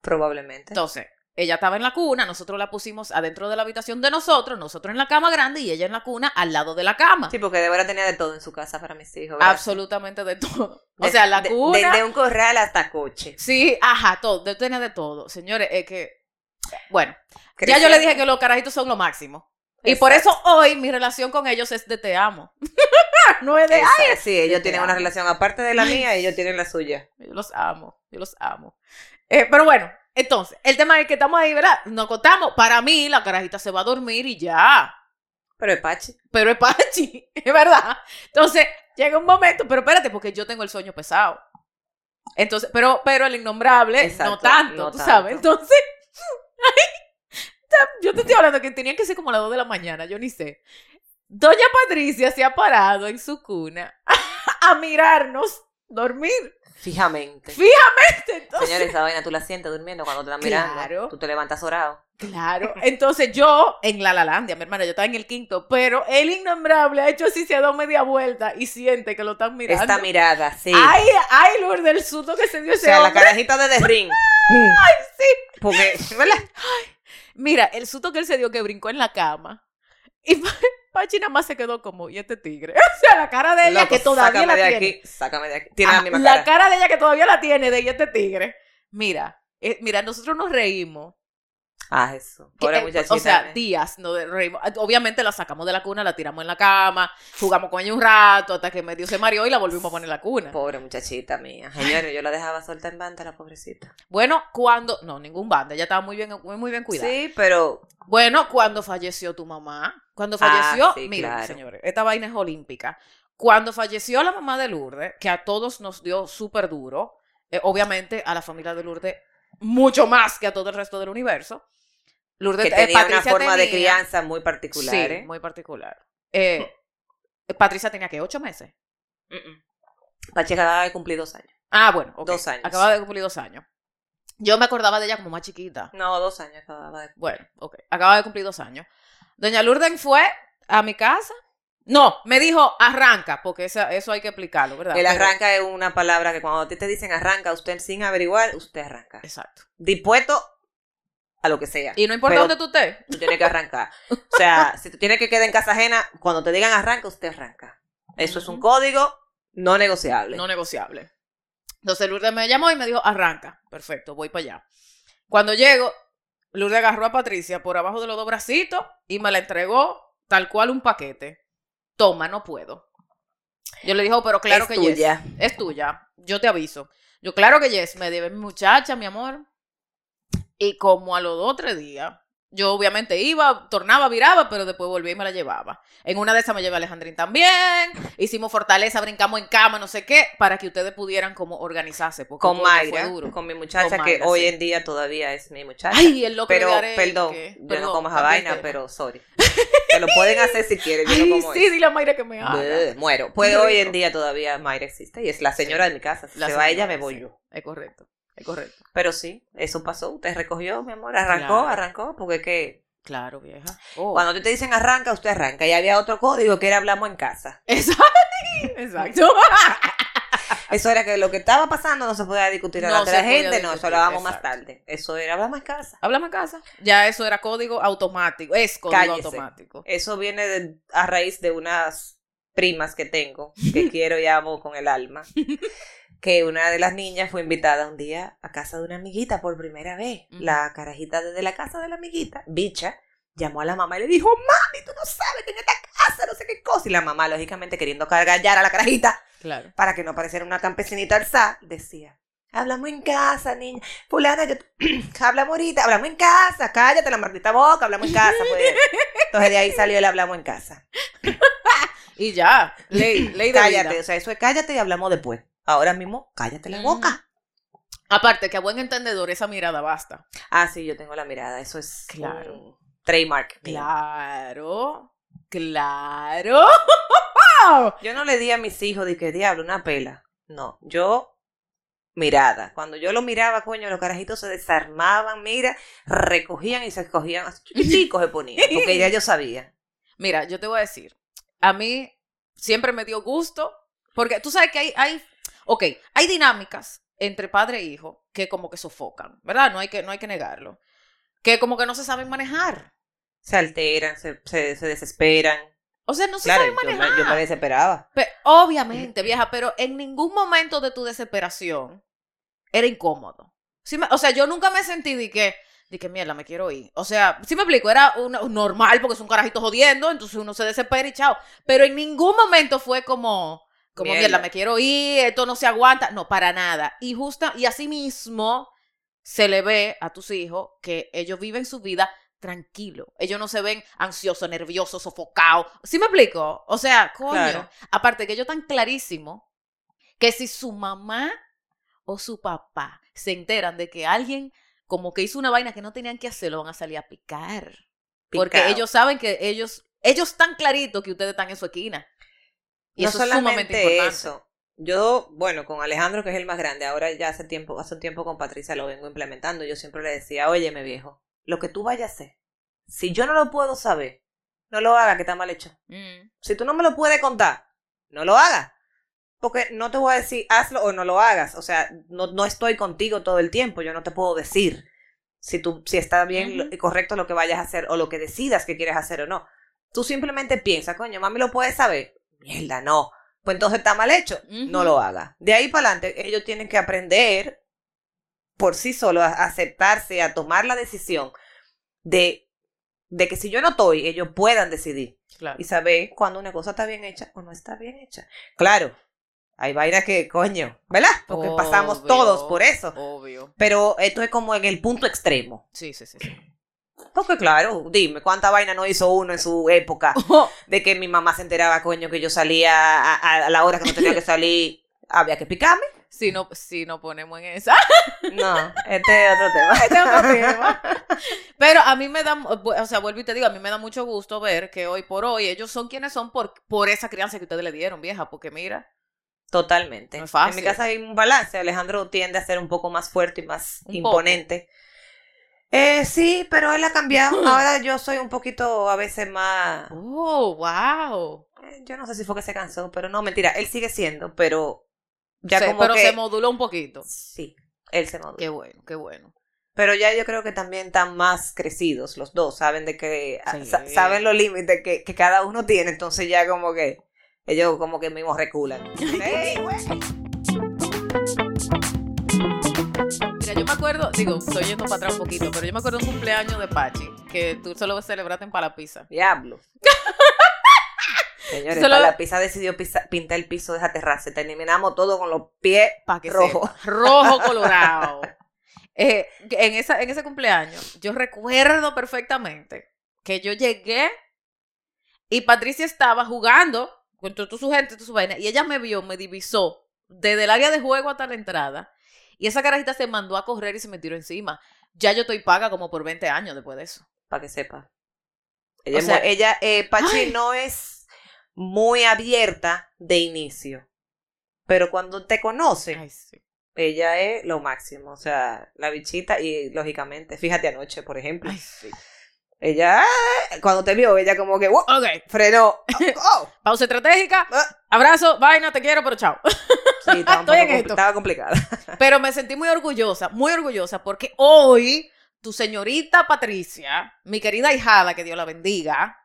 Speaker 3: Probablemente.
Speaker 2: Entonces, ella estaba en la cuna, nosotros la pusimos adentro de la habitación de nosotros, nosotros en la cama grande y ella en la cuna al lado de la cama.
Speaker 3: Sí, porque Débora tenía de todo en su casa para mis hijos. ¿verdad?
Speaker 2: Absolutamente de todo. O
Speaker 3: De-
Speaker 2: sea, la
Speaker 3: de-
Speaker 2: cuna.
Speaker 3: Desde un corral hasta coche.
Speaker 2: Sí, ajá, todo, de- tiene de todo. Señores, es que. Bueno, ya yo le dije que los carajitos son lo máximo. Y por eso hoy mi relación con ellos es de te amo. no es de
Speaker 3: Esa-
Speaker 2: ay,
Speaker 3: sí, ellos
Speaker 2: te
Speaker 3: tienen
Speaker 2: amo.
Speaker 3: una relación aparte de la mía, ellos tienen la suya.
Speaker 2: Yo los amo, yo los amo. Eh, pero bueno, entonces, el tema es que estamos ahí, ¿verdad? Nos contamos. Para mí, la carajita se va a dormir y ya.
Speaker 3: Pero es Pachi.
Speaker 2: pero es Pachi, es verdad. Entonces, llega un momento, pero espérate, porque yo tengo el sueño pesado. Entonces, pero, pero el innombrable, no
Speaker 3: Exacto,
Speaker 2: tanto,
Speaker 3: no
Speaker 2: tú sabes.
Speaker 3: tanto.
Speaker 2: Entonces, ay, yo te estoy hablando que tenía que ser como a las 2 de la mañana, yo ni sé. Doña Patricia se ha parado en su cuna a mirarnos dormir.
Speaker 3: Fijamente.
Speaker 2: Entonces,
Speaker 3: Señores, esa vaina tú la sientes durmiendo cuando te están
Speaker 2: Claro.
Speaker 3: mirando. Tú te levantas orado.
Speaker 2: Claro, entonces yo en la Lalandia, mi hermana, yo estaba en el quinto, pero el innombrable ha hecho así, se ha dado media vuelta y siente que lo están mirando.
Speaker 3: Esta mirada, sí.
Speaker 2: Ay, ay, Lourdes, del susto que se dio
Speaker 3: o
Speaker 2: ese
Speaker 3: sea, la
Speaker 2: hombre.
Speaker 3: carajita de The Ring. Ay, sí. Porque, ¿verdad?
Speaker 2: Mira, el susto que él se dio que brincó en la cama. Y Pa- Pachi nada más se quedó como, ¿y este tigre? O sea, la cara de ella
Speaker 3: Loco,
Speaker 2: que todavía
Speaker 3: sácame
Speaker 2: la
Speaker 3: de
Speaker 2: tiene.
Speaker 3: aquí. Sácame de aquí. Tiene
Speaker 2: Ah,
Speaker 3: la misma
Speaker 2: la
Speaker 3: cara.
Speaker 2: cara de ella que todavía la tiene de, ¿y este tigre? Mira, eh, mira, nosotros nos reímos.
Speaker 3: Ah, eso.
Speaker 2: Que,
Speaker 3: Pobre
Speaker 2: eh,
Speaker 3: muchachita.
Speaker 2: o sea,
Speaker 3: eh.
Speaker 2: días nos reímos. Ah, Obviamente la sacamos de la cuna, la tiramos en la cama, jugamos con ella un rato hasta que medio se mareó y la volvimos a poner en la cuna.
Speaker 3: Pobre muchachita mía. Señores, yo la dejaba solta en banda, la pobrecita.
Speaker 2: Bueno, cuando... No, ningún banda, ella estaba muy bien, muy, muy bien cuidada.
Speaker 3: Sí, pero
Speaker 2: Bueno, cuando falleció tu mamá, cuando falleció,
Speaker 3: Ah, sí,
Speaker 2: miren,
Speaker 3: claro.
Speaker 2: señores, esta vaina es olímpica. Cuando falleció la mamá de Lourdes, que a todos nos dio súper duro, eh, obviamente a la familia de Lourdes mucho más que a todo el resto del universo. Lourdes
Speaker 3: que
Speaker 2: eh,
Speaker 3: tenía una
Speaker 2: Patricia
Speaker 3: forma de
Speaker 2: tenía-
Speaker 3: crianza muy particular,
Speaker 2: sí,
Speaker 3: ¿eh?
Speaker 2: muy particular. Eh, eh, Patricia tenía que ocho meses.
Speaker 3: Mm-mm. Pacheca acaba mm. de cumplir dos años.
Speaker 2: Ah, bueno, ok.
Speaker 3: Dos años.
Speaker 2: Acababa de cumplir dos años. Yo me acordaba de ella como más chiquita.
Speaker 3: No, dos años acababa de
Speaker 2: Bueno, ok. Acaba de cumplir dos años. Doña Lourdes fue a mi casa. No, me dijo arranca, porque esa- eso hay que explicarlo, ¿verdad?
Speaker 3: El
Speaker 2: Pero-
Speaker 3: arranca es una palabra que cuando a ti te dicen arranca, usted sin averiguar, usted arranca.
Speaker 2: Exacto.
Speaker 3: Dispuesto a lo que sea.
Speaker 2: Y no importa
Speaker 3: Pero
Speaker 2: dónde tú estés.
Speaker 3: Tú tienes que arrancar. O sea, si tú tienes que quedar en casa ajena, cuando te digan arranca, usted arranca. Eso es un
Speaker 2: Ujú.
Speaker 3: código no negociable.
Speaker 2: No negociable. Entonces Lourdes me llamó y me dijo arranca. Perfecto, voy para allá. Cuando llego, Lourdes agarró a Patricia por abajo de los dos bracitos y me la entregó tal cual un paquete. Toma, no puedo. Yo le dije, "Oh, pero claro
Speaker 3: Es
Speaker 2: que yes".
Speaker 3: tuya.
Speaker 2: es tuya, yo te aviso. Yo, claro que yes, me debe mi muchacha, mi amor. Y como a los dos o tres días, yo obviamente iba, tornaba, viraba, pero después volvía y me la llevaba. En una de esas me llevé a Alejandrín también, hicimos fortaleza, brincamos en cama, no sé qué, para que ustedes pudieran como organizarse. Porque
Speaker 3: Con
Speaker 2: coño, fue
Speaker 3: Mayra,
Speaker 2: duro.
Speaker 3: con mi muchacha
Speaker 2: Con
Speaker 3: que
Speaker 2: Mayra,
Speaker 3: hoy
Speaker 2: sí.
Speaker 3: en día todavía es mi muchacha.
Speaker 2: Ay, el loco
Speaker 3: pero,
Speaker 2: de Garel,
Speaker 3: perdón,
Speaker 2: que-
Speaker 3: yo
Speaker 2: eh, perdón,
Speaker 3: no como esa
Speaker 2: también
Speaker 3: vaina,
Speaker 2: te-
Speaker 3: pero sorry. Te lo pueden hacer si quieren, yo no
Speaker 2: Ay,
Speaker 3: como
Speaker 2: sí, dile a Mayra que me
Speaker 3: eso.
Speaker 2: haga.
Speaker 3: Bleh, Muero. Pues
Speaker 2: Qué
Speaker 3: hoy
Speaker 2: rico.
Speaker 3: en día todavía Mayra existe y es la señora de mi casa. Si
Speaker 2: La
Speaker 3: se va ella,
Speaker 2: señora,
Speaker 3: me voy
Speaker 2: sí.
Speaker 3: yo.
Speaker 2: Es correcto, es correcto.
Speaker 3: Pero sí, eso pasó. Usted recogió, mi amor. Arrancó,
Speaker 2: Claro.
Speaker 3: arrancó. Porque es que
Speaker 2: Claro, vieja. Oh.
Speaker 3: cuando te dicen arranca, usted arranca. Y había otro código que era hablamos en casa.
Speaker 2: Exacto. Exacto.
Speaker 3: Eso era que lo que estaba pasando no se podía discutir
Speaker 2: No
Speaker 3: delante de
Speaker 2: se
Speaker 3: la
Speaker 2: podía
Speaker 3: gente. no, eso
Speaker 2: discutir,
Speaker 3: lo hablamos más
Speaker 2: exacto.
Speaker 3: tarde. Eso era hablamos en casa.
Speaker 2: Háblame en casa. Ya eso era código automático. Es código
Speaker 3: Cállese.
Speaker 2: automático.
Speaker 3: Eso viene de- a raíz de unas primas que tengo, que quiero y amo con el alma. que una de las niñas fue invitada un día a casa de una amiguita por primera vez.
Speaker 2: Ujú.
Speaker 3: La carajita desde la casa de la amiguita, bicha, llamó a la mamá y le dijo, mami, tú no sabes que en esta casa no sé qué cosa. Y la mamá, lógicamente, queriendo cargallar a la carajita,
Speaker 2: Claro.
Speaker 3: para que no pareciera una campesinita alzada, decía, hablamos en casa, niña, fulana, yo, hablamos ahorita, hablamos en casa, cállate la maldita boca, hablamos en casa, pues. Entonces de ahí salió el hablamos en casa.
Speaker 2: Y ya, ley, ley de
Speaker 3: Cállate,
Speaker 2: vida.
Speaker 3: o sea, eso es cállate y hablamos después. Ahora mismo, cállate la
Speaker 2: Ujú.
Speaker 3: boca.
Speaker 2: Aparte, que a buen entendedor esa mirada basta.
Speaker 3: Ah, sí, yo tengo la mirada, eso es
Speaker 2: Claro.
Speaker 3: un trademark. mío.
Speaker 2: Claro, claro.
Speaker 3: Yo no le di a mis hijos de que diablo, una pela. No, yo mirada. Cuando yo lo miraba, coño, los carajitos se desarmaban, mira, recogían y se escogían así chiquiticos se ponían, porque ya yo sabía.
Speaker 2: Mira, yo te voy a decir, a mí siempre me dio gusto, porque tú sabes que hay, hay ok, hay dinámicas entre padre e hijo que como que sofocan, ¿verdad? No hay que, no hay que negarlo. Que como que no se saben manejar.
Speaker 3: Se alteran, se, se, se desesperan.
Speaker 2: O sea, no se
Speaker 3: claro,
Speaker 2: saben
Speaker 3: yo
Speaker 2: manejar.
Speaker 3: me, yo me desesperaba.
Speaker 2: Pe- obviamente, vieja, pero en ningún momento de tu desesperación era incómodo. Sí me- o sea, yo nunca me sentí de que, de que mierda, me quiero ir. O sea, si me explico, era una- normal porque es un carajito jodiendo, entonces uno se desespera y chao. Pero en ningún momento fue como, como mierda,
Speaker 3: Mierda.
Speaker 2: me quiero ir, esto no se aguanta. No, para nada. Y justa, y así mismo se le ve a tus hijos que ellos viven su vida tranquilo. Ellos no se ven ansiosos, nerviosos, sofocados. ¿Sí me explico? O sea, coño.
Speaker 3: Claro.
Speaker 2: Aparte que ellos tan clarísimo que si su mamá o su papá se enteran de que alguien como que hizo una vaina que no tenían que hacer, lo van a salir a picar. Porque
Speaker 3: Picao.
Speaker 2: ellos saben que ellos, ellos están clarito que ustedes están en su esquina. Y
Speaker 3: no
Speaker 2: eso es
Speaker 3: solamente
Speaker 2: sumamente importante.
Speaker 3: eso. Yo, bueno, con Alejandro, que es el más grande, ahora ya hace tiempo, hace un tiempo con Patricia lo vengo implementando. Yo siempre le decía, óyeme viejo, lo que tú vayas a hacer, si yo no lo puedo saber, no lo haga que está mal hecho.
Speaker 2: Mm,
Speaker 3: Si tú no me lo puedes contar, no lo hagas. Porque no te voy a decir hazlo o no lo hagas. O sea, no, no estoy contigo todo el tiempo. Yo no te puedo decir si, tú, si está bien lo-
Speaker 2: Ujú.
Speaker 3: y correcto lo que vayas a hacer o lo que decidas que quieres hacer o no. Tú simplemente piensas, coño, mami lo puede saber. Mierda, no. Pues entonces está mal hecho. No
Speaker 2: Ujú.
Speaker 3: lo hagas. De ahí para adelante, ellos tienen que aprender por sí solos a aceptarse, a tomar la decisión de, de que si yo no estoy, ellos puedan decidir
Speaker 2: claro.
Speaker 3: y saber cuando una cosa está bien hecha o no está bien hecha. Claro, hay vainas que, coño, ¿verdad? Porque pasamos
Speaker 2: Obvio.
Speaker 3: todos por eso.
Speaker 2: Obvio.
Speaker 3: Pero esto es como en el punto extremo.
Speaker 2: Sí, sí, sí. sí.
Speaker 3: Porque claro, dime, ¿cuánta vaina no hizo uno en su época de que mi mamá se enteraba, coño, que yo salía a, a- a la hora que no tenía que salir? Había que picarme.
Speaker 2: si, no, si no ponemos en esa.
Speaker 3: No, este es otro tema.
Speaker 2: Este es otro tema. Pero a mí me da, o sea, vuelvo y te digo, a mí me da mucho gusto ver que hoy por hoy ellos son quienes son por, por esa crianza que ustedes le dieron, vieja, porque mira,
Speaker 3: Totalmente.
Speaker 2: No es fácil.
Speaker 3: En mi casa hay un balance. Alejandro tiende a ser un poco más fuerte y más
Speaker 2: Un
Speaker 3: imponente. Eh, sí, pero él ha cambiado. Ahora yo soy un poquito a veces más.
Speaker 2: oh, wow.
Speaker 3: eh, Yo no sé si fue que se cansó, pero no, mentira. Él sigue siendo, pero ya
Speaker 2: Se-
Speaker 3: como
Speaker 2: pero
Speaker 3: que.
Speaker 2: se moduló un poquito.
Speaker 3: Sí, él se modula.
Speaker 2: Qué bueno, qué bueno.
Speaker 3: Pero ya yo creo que también están más crecidos los dos. Saben de que. ah,
Speaker 2: Sí.
Speaker 3: sa- saben los límites que, que cada uno tiene. Entonces ya como que. Ellos como que mismos reculan. Sí, güey.
Speaker 2: Mira, yo me acuerdo, digo, estoy yendo para atrás un poquito, pero yo me acuerdo un cumpleaños de Pachi, que tú solo celebraste en Palapisa.
Speaker 3: Diablo. Señores,
Speaker 2: Solo-
Speaker 3: para la pizza decidió pisa- pintar el piso de esa terraza. y Terminamos todo con los pies.
Speaker 2: Pa' que
Speaker 3: Rojo.
Speaker 2: sepa. rojo colorado. Eh, que en, esa, en ese cumpleaños, yo recuerdo perfectamente que yo llegué y Patricia estaba jugando con toda su gente, toda su vaina, y ella me vio, me divisó desde el área de juego hasta la entrada, y esa carajita se mandó a correr y se me tiró encima. Ya yo estoy paga como por 20 años después de eso.
Speaker 3: Para que sepa. Ella,
Speaker 2: O
Speaker 3: es
Speaker 2: sea-
Speaker 3: muy- ella eh, Pachi
Speaker 2: Ay.
Speaker 3: no es muy abierta de inicio. Pero cuando te conoce,
Speaker 2: Ay, sí.
Speaker 3: ella es lo máximo. O sea, la bichita y lógicamente, fíjate anoche, por ejemplo.
Speaker 2: Ay, sí.
Speaker 3: Ella, ah, cuando te vio, ella como que ¡wow!
Speaker 2: Ok,
Speaker 3: frenó. Oh,
Speaker 2: pausa estratégica,
Speaker 3: Ah.
Speaker 2: abrazo, vaina, te quiero, pero chao.
Speaker 3: Sí, estaba, un
Speaker 2: Estoy
Speaker 3: poco
Speaker 2: en
Speaker 3: compli-
Speaker 2: esto.
Speaker 3: estaba complicada.
Speaker 2: Pero me sentí muy orgullosa, muy orgullosa, porque hoy tu señorita Patricia, mi querida hijada, que Dios la bendiga,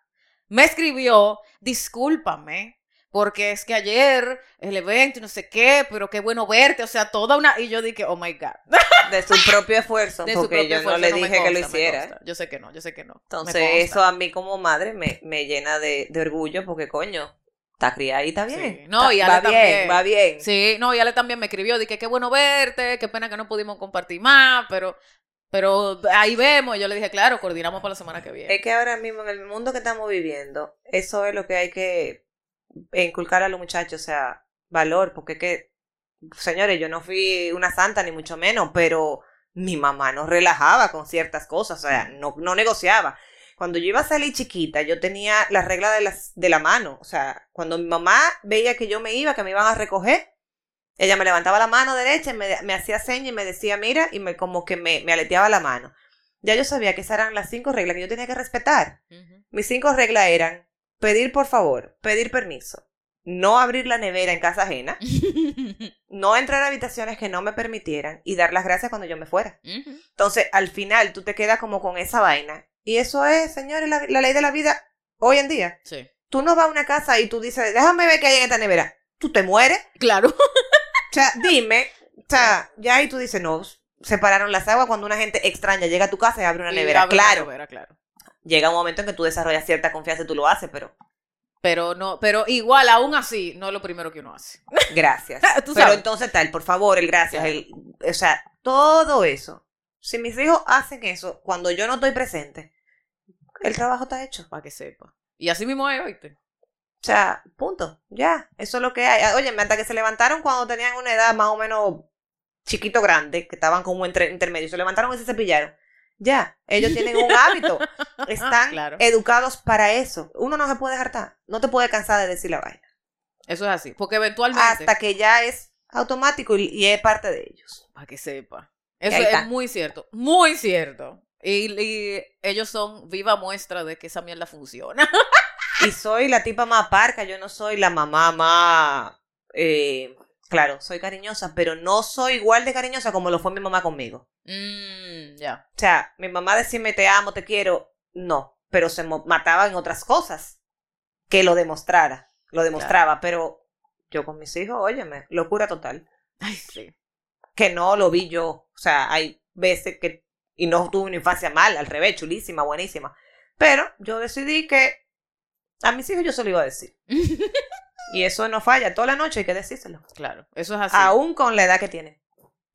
Speaker 2: me escribió, discúlpame porque es que ayer el evento y no sé qué, pero qué bueno verte, o sea, toda una... Y yo dije, oh my God,
Speaker 3: de su propio esfuerzo,
Speaker 2: de su
Speaker 3: porque
Speaker 2: propio
Speaker 3: yo no
Speaker 2: esfuerzo,
Speaker 3: le
Speaker 2: me
Speaker 3: dije que lo
Speaker 2: consta, me
Speaker 3: hiciera.
Speaker 2: consta. Yo sé que no, yo sé que no. me
Speaker 3: Entonces,
Speaker 2: consta.
Speaker 3: eso a mí como madre me, me llena de, de orgullo porque, coño, está criada y está
Speaker 2: Sí.
Speaker 3: bien.
Speaker 2: No, y
Speaker 3: Está-
Speaker 2: Ale
Speaker 3: va bien,
Speaker 2: también.
Speaker 3: va bien.
Speaker 2: Sí, no, y Ale también me escribió, dije, qué bueno verte, qué pena que no pudimos compartir más, pero, pero ahí vemos. Y yo le dije, claro, coordinamos para la semana que viene.
Speaker 3: Es que ahora mismo, en el mundo que estamos viviendo, eso es lo que hay que inculcar a los muchachos, o sea, valor, porque es que, señores, yo no fui una santa, ni mucho menos, pero mi mamá nos relajaba con ciertas cosas, o sea, no, no negociaba. Cuando yo iba a salir chiquita, yo tenía la regla de, las, de la mano, o sea, cuando mi mamá veía que yo me iba, que me iban a recoger, ella me levantaba la mano derecha, y me, me hacía señas y me decía, mira, y me como que me, me aleteaba la mano. Ya yo sabía que esas eran las cinco reglas que yo tenía que respetar.
Speaker 2: Ujú.
Speaker 3: Mis cinco reglas eran pedir por favor, pedir permiso, no abrir la nevera en casa ajena, no entrar a habitaciones que no me permitieran y dar las gracias cuando yo me fuera.
Speaker 2: Ujú.
Speaker 3: Entonces, al final, tú te quedas como con esa vaina. Y eso es, señores, la, la ley de la vida hoy en día.
Speaker 2: Sí.
Speaker 3: Tú no vas a una casa y tú dices, déjame ver qué hay en esta nevera. Tú te mueres.
Speaker 2: Claro.
Speaker 3: O sea, dime. O sea, ya y tú dices, no, separaron las aguas cuando una gente extraña llega a tu casa y abre una
Speaker 2: Y
Speaker 3: nevera.
Speaker 2: abre una
Speaker 3: claro.
Speaker 2: nevera, claro.
Speaker 3: llega un momento en que tú desarrollas cierta confianza y tú lo haces, pero
Speaker 2: Pero no, pero igual, aún así, no es lo primero que uno hace.
Speaker 3: gracias.
Speaker 2: Tú
Speaker 3: pero
Speaker 2: sabes.
Speaker 3: entonces tal, por favor, el gracias, el, o sea, todo eso. Si mis hijos hacen eso cuando yo no estoy presente, el trabajo está hecho.
Speaker 2: Para que sepa. Y así mismo es, oíste.
Speaker 3: O sea, punto, ya, eso es lo que hay. Ah, Oye, hasta que se levantaron cuando tenían una edad más o menos chiquito grande, que estaban como entre, intermedio, se levantaron y se cepillaron. Ya, ellos tienen un hábito, están
Speaker 2: Claro.
Speaker 3: educados para eso. Uno no se puede hartar, no te puede cansar de decir la vaina.
Speaker 2: Eso es así. Porque eventualmente.
Speaker 3: hasta que ya es automático y, y es parte de ellos.
Speaker 2: Para que sepa. Eso
Speaker 3: ahí
Speaker 2: es
Speaker 3: está.
Speaker 2: muy cierto. Muy cierto. Y, y ellos son viva muestra de que esa mierda funciona.
Speaker 3: Y soy la tipa más parca, yo no soy la mamá más... eh, claro, soy cariñosa, pero no soy igual de cariñosa como lo fue mi mamá conmigo.
Speaker 2: Mm, ya.
Speaker 3: O sea, mi mamá decirme te amo, te quiero, no, pero se mo- mataba en otras cosas que lo demostrara, lo demostraba, pero yo con mis hijos, óyeme, locura total,
Speaker 2: Ay, sí.
Speaker 3: que no lo vi yo, o sea, hay veces que, y no tuve una infancia mal, al revés, chulísima, buenísima, pero yo decidí que a mis hijos yo se lo iba a decir, y eso no falla, toda la noche hay que decírselo,
Speaker 2: Claro, eso es así.
Speaker 3: aún con la edad que tienen.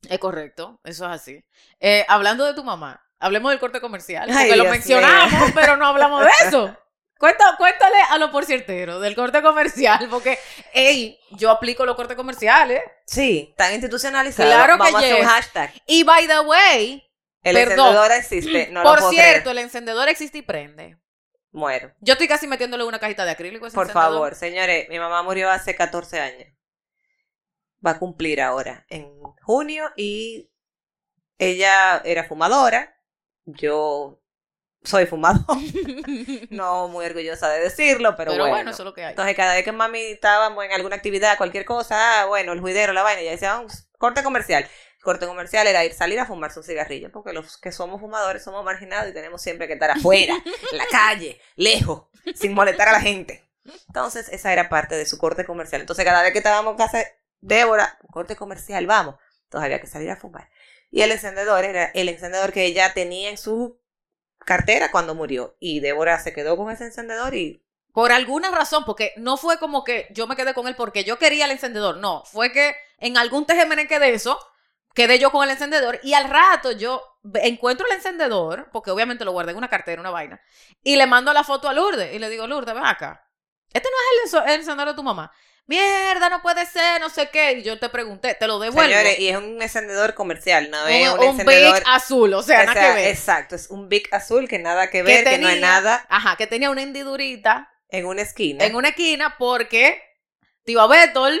Speaker 2: Es correcto, eso es así. Eh, hablando de tu mamá, hablemos del corte comercial,
Speaker 3: Ay,
Speaker 2: porque lo
Speaker 3: Dios
Speaker 2: mencionamos, pero no hablamos de eso. Cuenta- cuéntale a los porcierteros del corte comercial, porque, hey, yo aplico los cortes comerciales.
Speaker 3: Sí, están institucionalizados.
Speaker 2: Claro que
Speaker 3: Vamos a hacer un
Speaker 2: yes.
Speaker 3: hashtag.
Speaker 2: Y by the way,
Speaker 3: El
Speaker 2: Perdón.
Speaker 3: encendedor existe, Este, no lo
Speaker 2: por
Speaker 3: puedo
Speaker 2: cierto,
Speaker 3: creer.
Speaker 2: el encendedor existe y prende.
Speaker 3: Muero.
Speaker 2: Yo estoy casi metiéndole una cajita de acrílico. a ese
Speaker 3: Por
Speaker 2: encendedor.
Speaker 3: favor, señores, mi mamá murió hace 14 años. Va a cumplir ahora, en junio, y ella era fumadora. Yo soy fumador, no muy orgullosa de decirlo, pero,
Speaker 2: pero
Speaker 3: bueno.
Speaker 2: bueno, eso es lo que hay.
Speaker 3: Entonces, cada vez que mami estábamos en alguna actividad, cualquier cosa, ah, bueno, el juidero, la vaina, ella decía, "Ah, un corte comercial. El corte comercial era ir salir a fumarse un cigarrillo, porque los que somos fumadores somos marginados y tenemos siempre que estar afuera, en la calle, lejos, sin molestar a la gente. Entonces, esa era parte de su corte comercial. Entonces, cada vez que estábamos en casa de Débora, corte comercial, vamos. Entonces, había que salir a fumar. Y el encendedor era el encendedor que ella tenía en su cartera cuando murió. Y Débora se quedó con ese encendedor y
Speaker 2: Por alguna razón, porque no fue como que yo me quedé con él porque yo quería el encendedor. No, fue que en algún tejemeneque de eso, quedé yo con el encendedor y al rato yo ve- encuentro el encendedor, porque obviamente lo guardé en una cartera, una vaina, y le mando la foto a Lourdes y le digo, Lourdes, ven acá. Este no es el, enso- el encendedor de tu mamá. Mierda, no puede ser, no sé qué. Y yo te pregunté, te lo devuelvo.
Speaker 3: Señores, y es un encendedor comercial, no es un,
Speaker 2: un, un
Speaker 3: encendedor.
Speaker 2: Bic azul, o sea,
Speaker 3: o
Speaker 2: nada
Speaker 3: sea,
Speaker 2: que ver.
Speaker 3: Exacto, es un big azul que nada que ver, que, no hay nada
Speaker 2: Ajá, que tenía una hendidurita
Speaker 3: en una esquina.
Speaker 2: en una esquina porque tío Abetol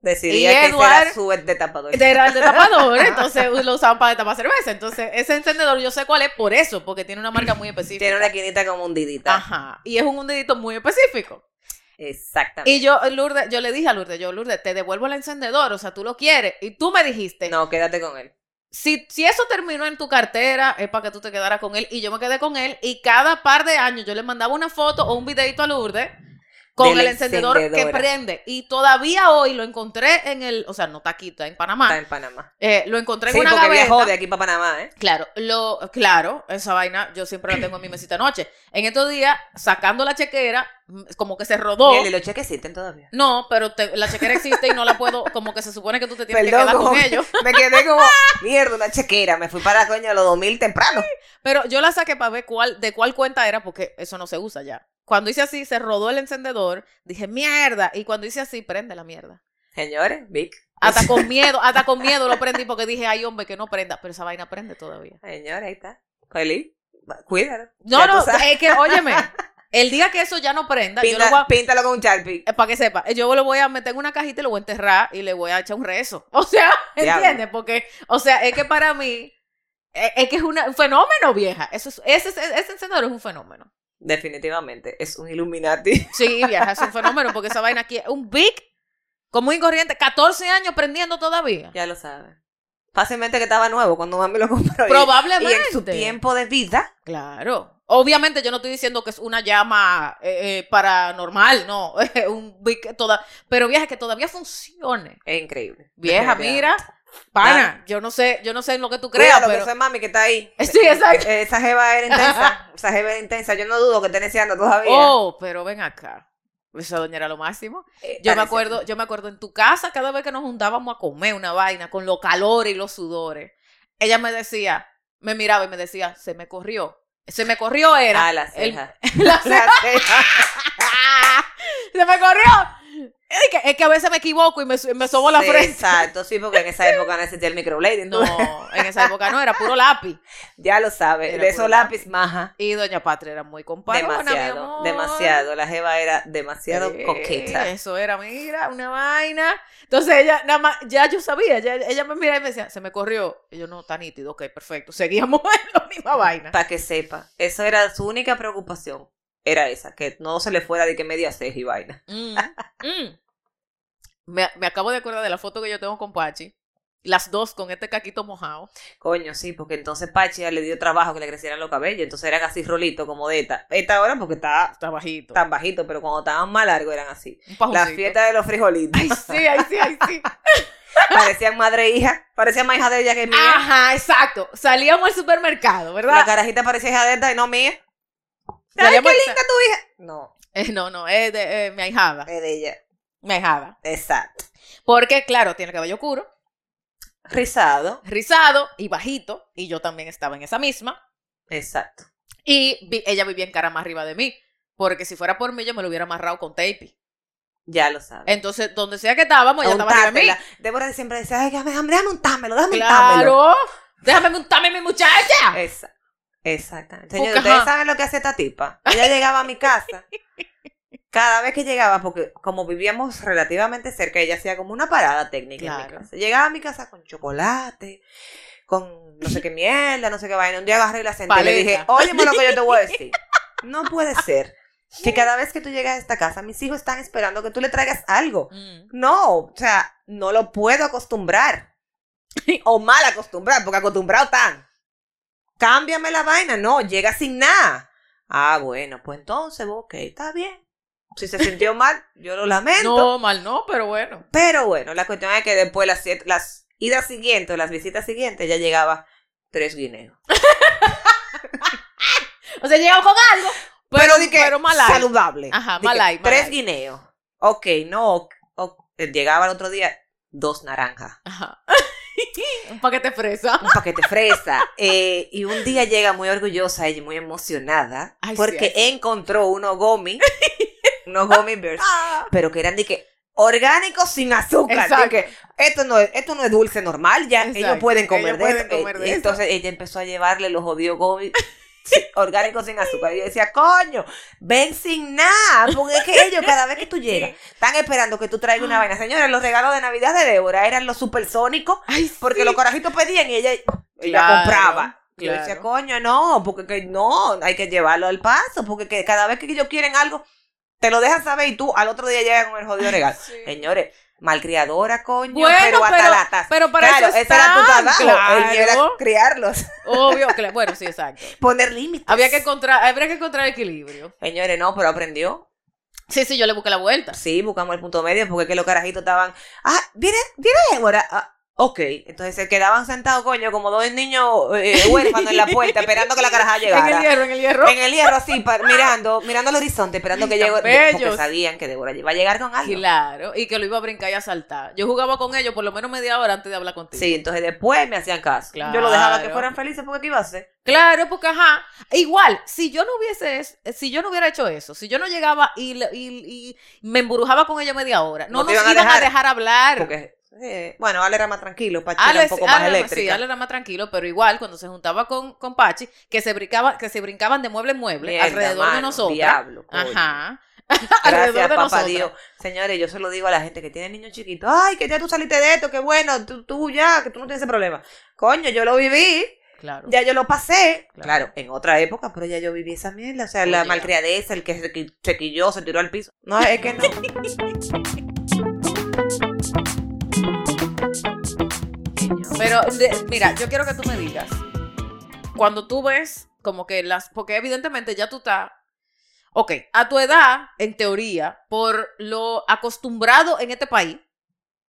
Speaker 3: Decidía
Speaker 2: y
Speaker 3: que
Speaker 2: Eduard-
Speaker 3: será su de tapador.
Speaker 2: era el de tapador, entonces lo usaban para tapar cerveza. Entonces, ese encendedor yo sé cuál es por eso, porque tiene una marca muy específica.
Speaker 3: Tiene una esquinita como hundidita.
Speaker 2: Ajá, y es un hundidito muy específico.
Speaker 3: Exactamente.
Speaker 2: Y yo, Lourdes, yo le dije a Lourdes, yo, Lourdes, te devuelvo el encendedor, o sea, tú lo quieres. Y tú me dijiste,
Speaker 3: No, quédate con él.
Speaker 2: si, si eso terminó en tu cartera, es para que tú te quedaras con él. Y yo me quedé con él, y cada par de años yo le mandaba una foto o un videito a Lourdes con
Speaker 3: Del
Speaker 2: el encendedor que
Speaker 3: encendedor.
Speaker 2: prende. Y todavía hoy lo encontré en el, o sea, no está aquí, está en
Speaker 3: Está
Speaker 2: Panamá.
Speaker 3: en Panamá.
Speaker 2: Eh, lo encontré en
Speaker 3: sí,
Speaker 2: una
Speaker 3: porque
Speaker 2: gaveta.
Speaker 3: viajó de aquí para Panamá, ¿eh?
Speaker 2: Claro, lo, claro, esa vaina yo siempre la tengo en mi mesita de noche. En estos días, sacando la chequera, mm, como que se rodó.
Speaker 3: Miel, Y los cheques existen todavía.
Speaker 2: No, pero te- la chequera existe y no la puedo, como que se supone que tú te tienes que
Speaker 3: Perdón,
Speaker 2: quedar
Speaker 3: como
Speaker 2: con
Speaker 3: que-
Speaker 2: ellos.
Speaker 3: me quedé como, mierda, una chequera. Me fui para coño a los 2000 temprano.
Speaker 2: Pero yo la saqué para ver cuál, de cuál cuenta era, porque eso no se usa ya. Cuando hice así, se rodó el encendedor, dije, mierda. Y cuando hice así, prende la mierda.
Speaker 3: Señores, Vic.
Speaker 2: Hasta con miedo, hasta con miedo lo prendí porque dije, ay, hombre, que no prenda. Pero esa vaina prende todavía.
Speaker 3: Señores, ahí está. Feliz. Cuídalo.
Speaker 2: No,
Speaker 3: Ya tú
Speaker 2: no,
Speaker 3: sabes.
Speaker 2: es que, óyeme, el día que eso ya no prenda, yo lo voy
Speaker 3: Pinta-
Speaker 2: a...
Speaker 3: píntalo con un charpi.
Speaker 2: Para Eh, que sepa, yo lo voy a meter en una cajita y lo voy a enterrar y le voy a echar un rezo. O sea,
Speaker 3: Diablo.
Speaker 2: ¿entiendes? Porque, o sea, es que para mí, es, es que es una- un fenómeno, vieja. Eso es- ese, ese- ese encendedor es un fenómeno.
Speaker 3: Definitivamente, es un Illuminati.
Speaker 2: Sí, vieja, es un fenómeno porque esa vaina aquí es un big, común y corriente, 14 años prendiendo todavía.
Speaker 3: Ya lo sabes. Fácilmente que estaba nuevo cuando mami lo compró. y- Y
Speaker 2: Probablemente.
Speaker 3: en su tiempo de vida.
Speaker 2: Claro. Obviamente yo no estoy diciendo que es una llama eh, eh, paranormal, no, un big toda, pero vieja que todavía funcione.
Speaker 3: Es increíble.
Speaker 2: Vieja,
Speaker 3: Definitivamente.
Speaker 2: mira, pana, yo no sé, yo no sé en lo que tú creas,
Speaker 3: Cuídalo,
Speaker 2: pero
Speaker 3: que soy mami que está ahí.
Speaker 2: Sí, exacto.
Speaker 3: Eh, Esa jeva era intensa. Esa jeva era intensa. Yo no dudo que esté deseando todavía.
Speaker 2: oh, pero ven acá. Esa doña era lo máximo.
Speaker 3: Eh,
Speaker 2: Yo me
Speaker 3: parece.
Speaker 2: acuerdo, yo me acuerdo en tu casa cada vez que nos juntábamos a comer una vaina con los calores y los sudores. Ella me decía, me miraba y me decía, "Se me corrió." Se me corrió era
Speaker 3: Ah, la
Speaker 2: el-
Speaker 3: ceja.
Speaker 2: la ceja.
Speaker 3: La ceja.
Speaker 2: Se me corrió. Es que, es que a veces me equivoco y me, su- me sobo la
Speaker 3: Sí,
Speaker 2: frente.
Speaker 3: Exacto, sí, porque en esa época no existía el microblading.
Speaker 2: No,
Speaker 3: tú-
Speaker 2: en esa época no, era puro lápiz.
Speaker 3: Ya lo sabes.
Speaker 2: Era
Speaker 3: De esos
Speaker 2: puro
Speaker 3: lápiz maja.
Speaker 2: Y Doña Patria era muy compadrona, mi
Speaker 3: Demasiado,
Speaker 2: amor.
Speaker 3: demasiado. La jeva era demasiado
Speaker 2: Sí,
Speaker 3: coqueta.
Speaker 2: Eh, Eso era, mira, una vaina. Entonces ella, nada más, ya yo sabía, ya, ella me miraba y me decía, se me corrió. Y yo, no, está nítido, ok, perfecto. Seguíamos en la
Speaker 3: Mm.
Speaker 2: misma vaina.
Speaker 3: Para que sepa, esa era su única preocupación. Era esa, que no se le fuera de que media ceja y vaina.
Speaker 2: Mm, mm. Me, me acabo de acordar de la foto que yo tengo con Pachi. Las dos con este caquito mojado.
Speaker 3: Coño, sí, porque entonces Pachi ya le dio trabajo que le crecieran los cabellos, entonces eran así rolitos como de esta. Esta ahora porque está
Speaker 2: Está bajito.
Speaker 3: tan bajito, pero cuando estaban más largos eran así.
Speaker 2: un
Speaker 3: La
Speaker 2: pajucito.
Speaker 3: fiesta de los frijolitos.
Speaker 2: Ay, sí, ay, sí, ay, sí.
Speaker 3: Parecían madre e hija, parecían más hija de ella que mía.
Speaker 2: Ajá, exacto. Salíamos al supermercado,
Speaker 3: La
Speaker 2: ¿verdad?
Speaker 3: carajita parecía hija de esta y no mía. ¡Ay,
Speaker 2: Salíamos
Speaker 3: qué
Speaker 2: al-
Speaker 3: linda tu hija! No,
Speaker 2: Eh, no, no, es de eh, mi ahijada.
Speaker 3: es de ella.
Speaker 2: Mi ahijada.
Speaker 3: Exacto.
Speaker 2: Porque, claro, tiene el cabello oscuro,
Speaker 3: Rizado.
Speaker 2: rizado y bajito. Y yo también estaba en esa misma.
Speaker 3: Exacto.
Speaker 2: Y vi- ella vivía en cara más arriba de mí. Porque si fuera por mí, yo me lo hubiera amarrado con tape.
Speaker 3: Ya lo sabes.
Speaker 2: Entonces, donde sea que estábamos, ella Eh, estaba arriba de mí.
Speaker 3: Untártela. Débora siempre decía, ay, déjame, déjame untármelo, déjame untármelo.
Speaker 2: Claro. Déjame montarme, mi muchacha.
Speaker 3: Esa- Exactamente. Señores,
Speaker 2: Porque,
Speaker 3: ustedes
Speaker 2: ajá.
Speaker 3: saben lo que hace esta tipa. Ella llegaba a mi casa. Cada vez que llegaba, porque como vivíamos relativamente cerca, ella hacía como una parada técnica en mi
Speaker 2: Claro.
Speaker 3: casa. Llegaba a mi casa con chocolate, con no sé qué mierda, no sé qué vaina. Un día agarré y la senté y le
Speaker 2: Paleta.
Speaker 3: dije, óyeme lo que yo te voy a decir. No puede ser que cada vez que tú llegas a esta casa, mis hijos están esperando que tú le traigas algo.
Speaker 2: Mm.
Speaker 3: No, o sea, no lo puedo acostumbrar. O mal acostumbrar, porque acostumbrado tan. Cámbiame la vaina, no, llega sin nada. Ah, bueno, pues entonces, ok, está bien. Si se sintió mal, yo lo lamento.
Speaker 2: No, mal no, pero bueno.
Speaker 3: Pero bueno, la cuestión es que después las, siete- las idas siguientes, o las visitas siguientes, ya llegaba tres guineos.
Speaker 2: O sea, llegamos con algo. Pero,
Speaker 3: Pero, di que
Speaker 2: Pues, pero mal algo.
Speaker 3: saludable.
Speaker 2: Ajá,
Speaker 3: Di que
Speaker 2: mal ahí, mal
Speaker 3: Tres
Speaker 2: ahí.
Speaker 3: guineos. Ok, no. ok, ok. Llegaba el otro día, dos naranjas.
Speaker 2: Ajá. un paquete fresa.
Speaker 3: un paquete fresa. Eh, y un día llega muy orgullosa y muy emocionada
Speaker 2: Ay, sí,
Speaker 3: porque
Speaker 2: ay, sí.
Speaker 3: encontró unos gomis, unos gummy bears, pero que eran de que orgánicos sin azúcar.
Speaker 2: Ah. Exacto.
Speaker 3: de que esto no es, esto no es dulce normal, ya
Speaker 2: Exacto.
Speaker 3: ellos pueden comer,
Speaker 2: Ellos
Speaker 3: de,
Speaker 2: pueden
Speaker 3: esto. Eh,
Speaker 2: comer de
Speaker 3: Entonces ella empezó a llevarle los jodidos gomis. sí, orgánicos sin azúcar. Y yo decía, coño, ven sin nada. Porque es que ellos, cada vez que tú llegas, están esperando que tú traigas
Speaker 2: Ah.
Speaker 3: una vaina. Señores, los regalos de Navidad de Débora eran los supersónicos
Speaker 2: Ay, sí.
Speaker 3: porque los corajitos pedían y ella, ella
Speaker 2: Claro,
Speaker 3: compraba. Y yo
Speaker 2: claro.
Speaker 3: decía, coño, no, porque que no, hay que llevarlo al paso, porque que cada vez que ellos quieren algo, te lo dejan saber y tú al otro día llegas con el jodido regalo.
Speaker 2: sí.
Speaker 3: Señores, malcriadora, coño,
Speaker 2: Bueno,
Speaker 3: pero hasta
Speaker 2: pero-
Speaker 3: la taza.
Speaker 2: pero para
Speaker 3: claro,
Speaker 2: eso
Speaker 3: ese era tu
Speaker 2: están,
Speaker 3: trabajo, el mío era
Speaker 2: claro.
Speaker 3: criarlos,
Speaker 2: Obvio, cla- bueno, sí, exacto.
Speaker 3: poner límites.
Speaker 2: Había que encontrar, habría que encontrar equilibrio.
Speaker 3: Señores, no, pero aprendió.
Speaker 2: Sí, sí, yo le busqué la vuelta.
Speaker 3: Sí, buscamos el punto medio porque que los carajitos estaban. Ah, viene, viene Débora. Ah, ok. Entonces se quedaban sentados, coño, como dos niños eh, huérfanos en la puerta, esperando que la caraja llegara.
Speaker 2: En el hierro, en el hierro.
Speaker 3: En el hierro, así, pa- mirando, mirando al horizonte, esperando que
Speaker 2: Tan
Speaker 3: llegue. Porque
Speaker 2: bellos.
Speaker 3: sabían que Débora iba a llegar con algo.
Speaker 2: Claro, y que lo iba a brincar y a saltar. Yo jugaba con ellos por lo menos media hora antes de hablar contigo.
Speaker 3: Sí, entonces después me hacían caso. Yo
Speaker 2: Claro.
Speaker 3: lo dejaba que fueran felices porque ¿qué iba a hacer.
Speaker 2: Claro, porque ajá. Igual, si yo no hubiese, es- si yo no hubiera hecho eso, si yo no llegaba y, le- y- y me embrujaba con ella media hora, no,
Speaker 3: No te
Speaker 2: nos
Speaker 3: iban a
Speaker 2: iban a
Speaker 3: dejar.
Speaker 2: dejar hablar.
Speaker 3: Porque, eh, bueno, Ale era más tranquilo, Pachi
Speaker 2: Ale,
Speaker 3: era un poco más
Speaker 2: Ale- sí,
Speaker 3: eléctrica.
Speaker 2: Ale era más tranquilo, pero igual cuando se juntaba con, con Pachi, que se brincaba, que se brincaban de mueble en mueble
Speaker 3: Mierda,
Speaker 2: alrededor de
Speaker 3: mano,
Speaker 2: nosotras.
Speaker 3: Diablo, coño.
Speaker 2: Ajá.
Speaker 3: Gracias, papá
Speaker 2: nosotras.
Speaker 3: Dios. Señores, yo se lo digo a la gente que tiene niños chiquitos. Ay, que ya tú saliste de esto, que bueno, tú, tú ya, que tú no tienes ese problema. Coño, yo lo viví,
Speaker 2: Claro.
Speaker 3: ya yo lo pasé.
Speaker 2: Claro.
Speaker 3: Claro, en otra época, pero ya yo viví esa mierda. O sea, la
Speaker 2: Oye.
Speaker 3: malcriadeza, el que se, qui- se quilló, se tiró al piso. No, es que no.
Speaker 2: Pero de- mira, yo quiero que tú me digas, cuando tú ves como que las, porque evidentemente ya tú estás, ok, a tu edad, en teoría, por lo acostumbrado en este país,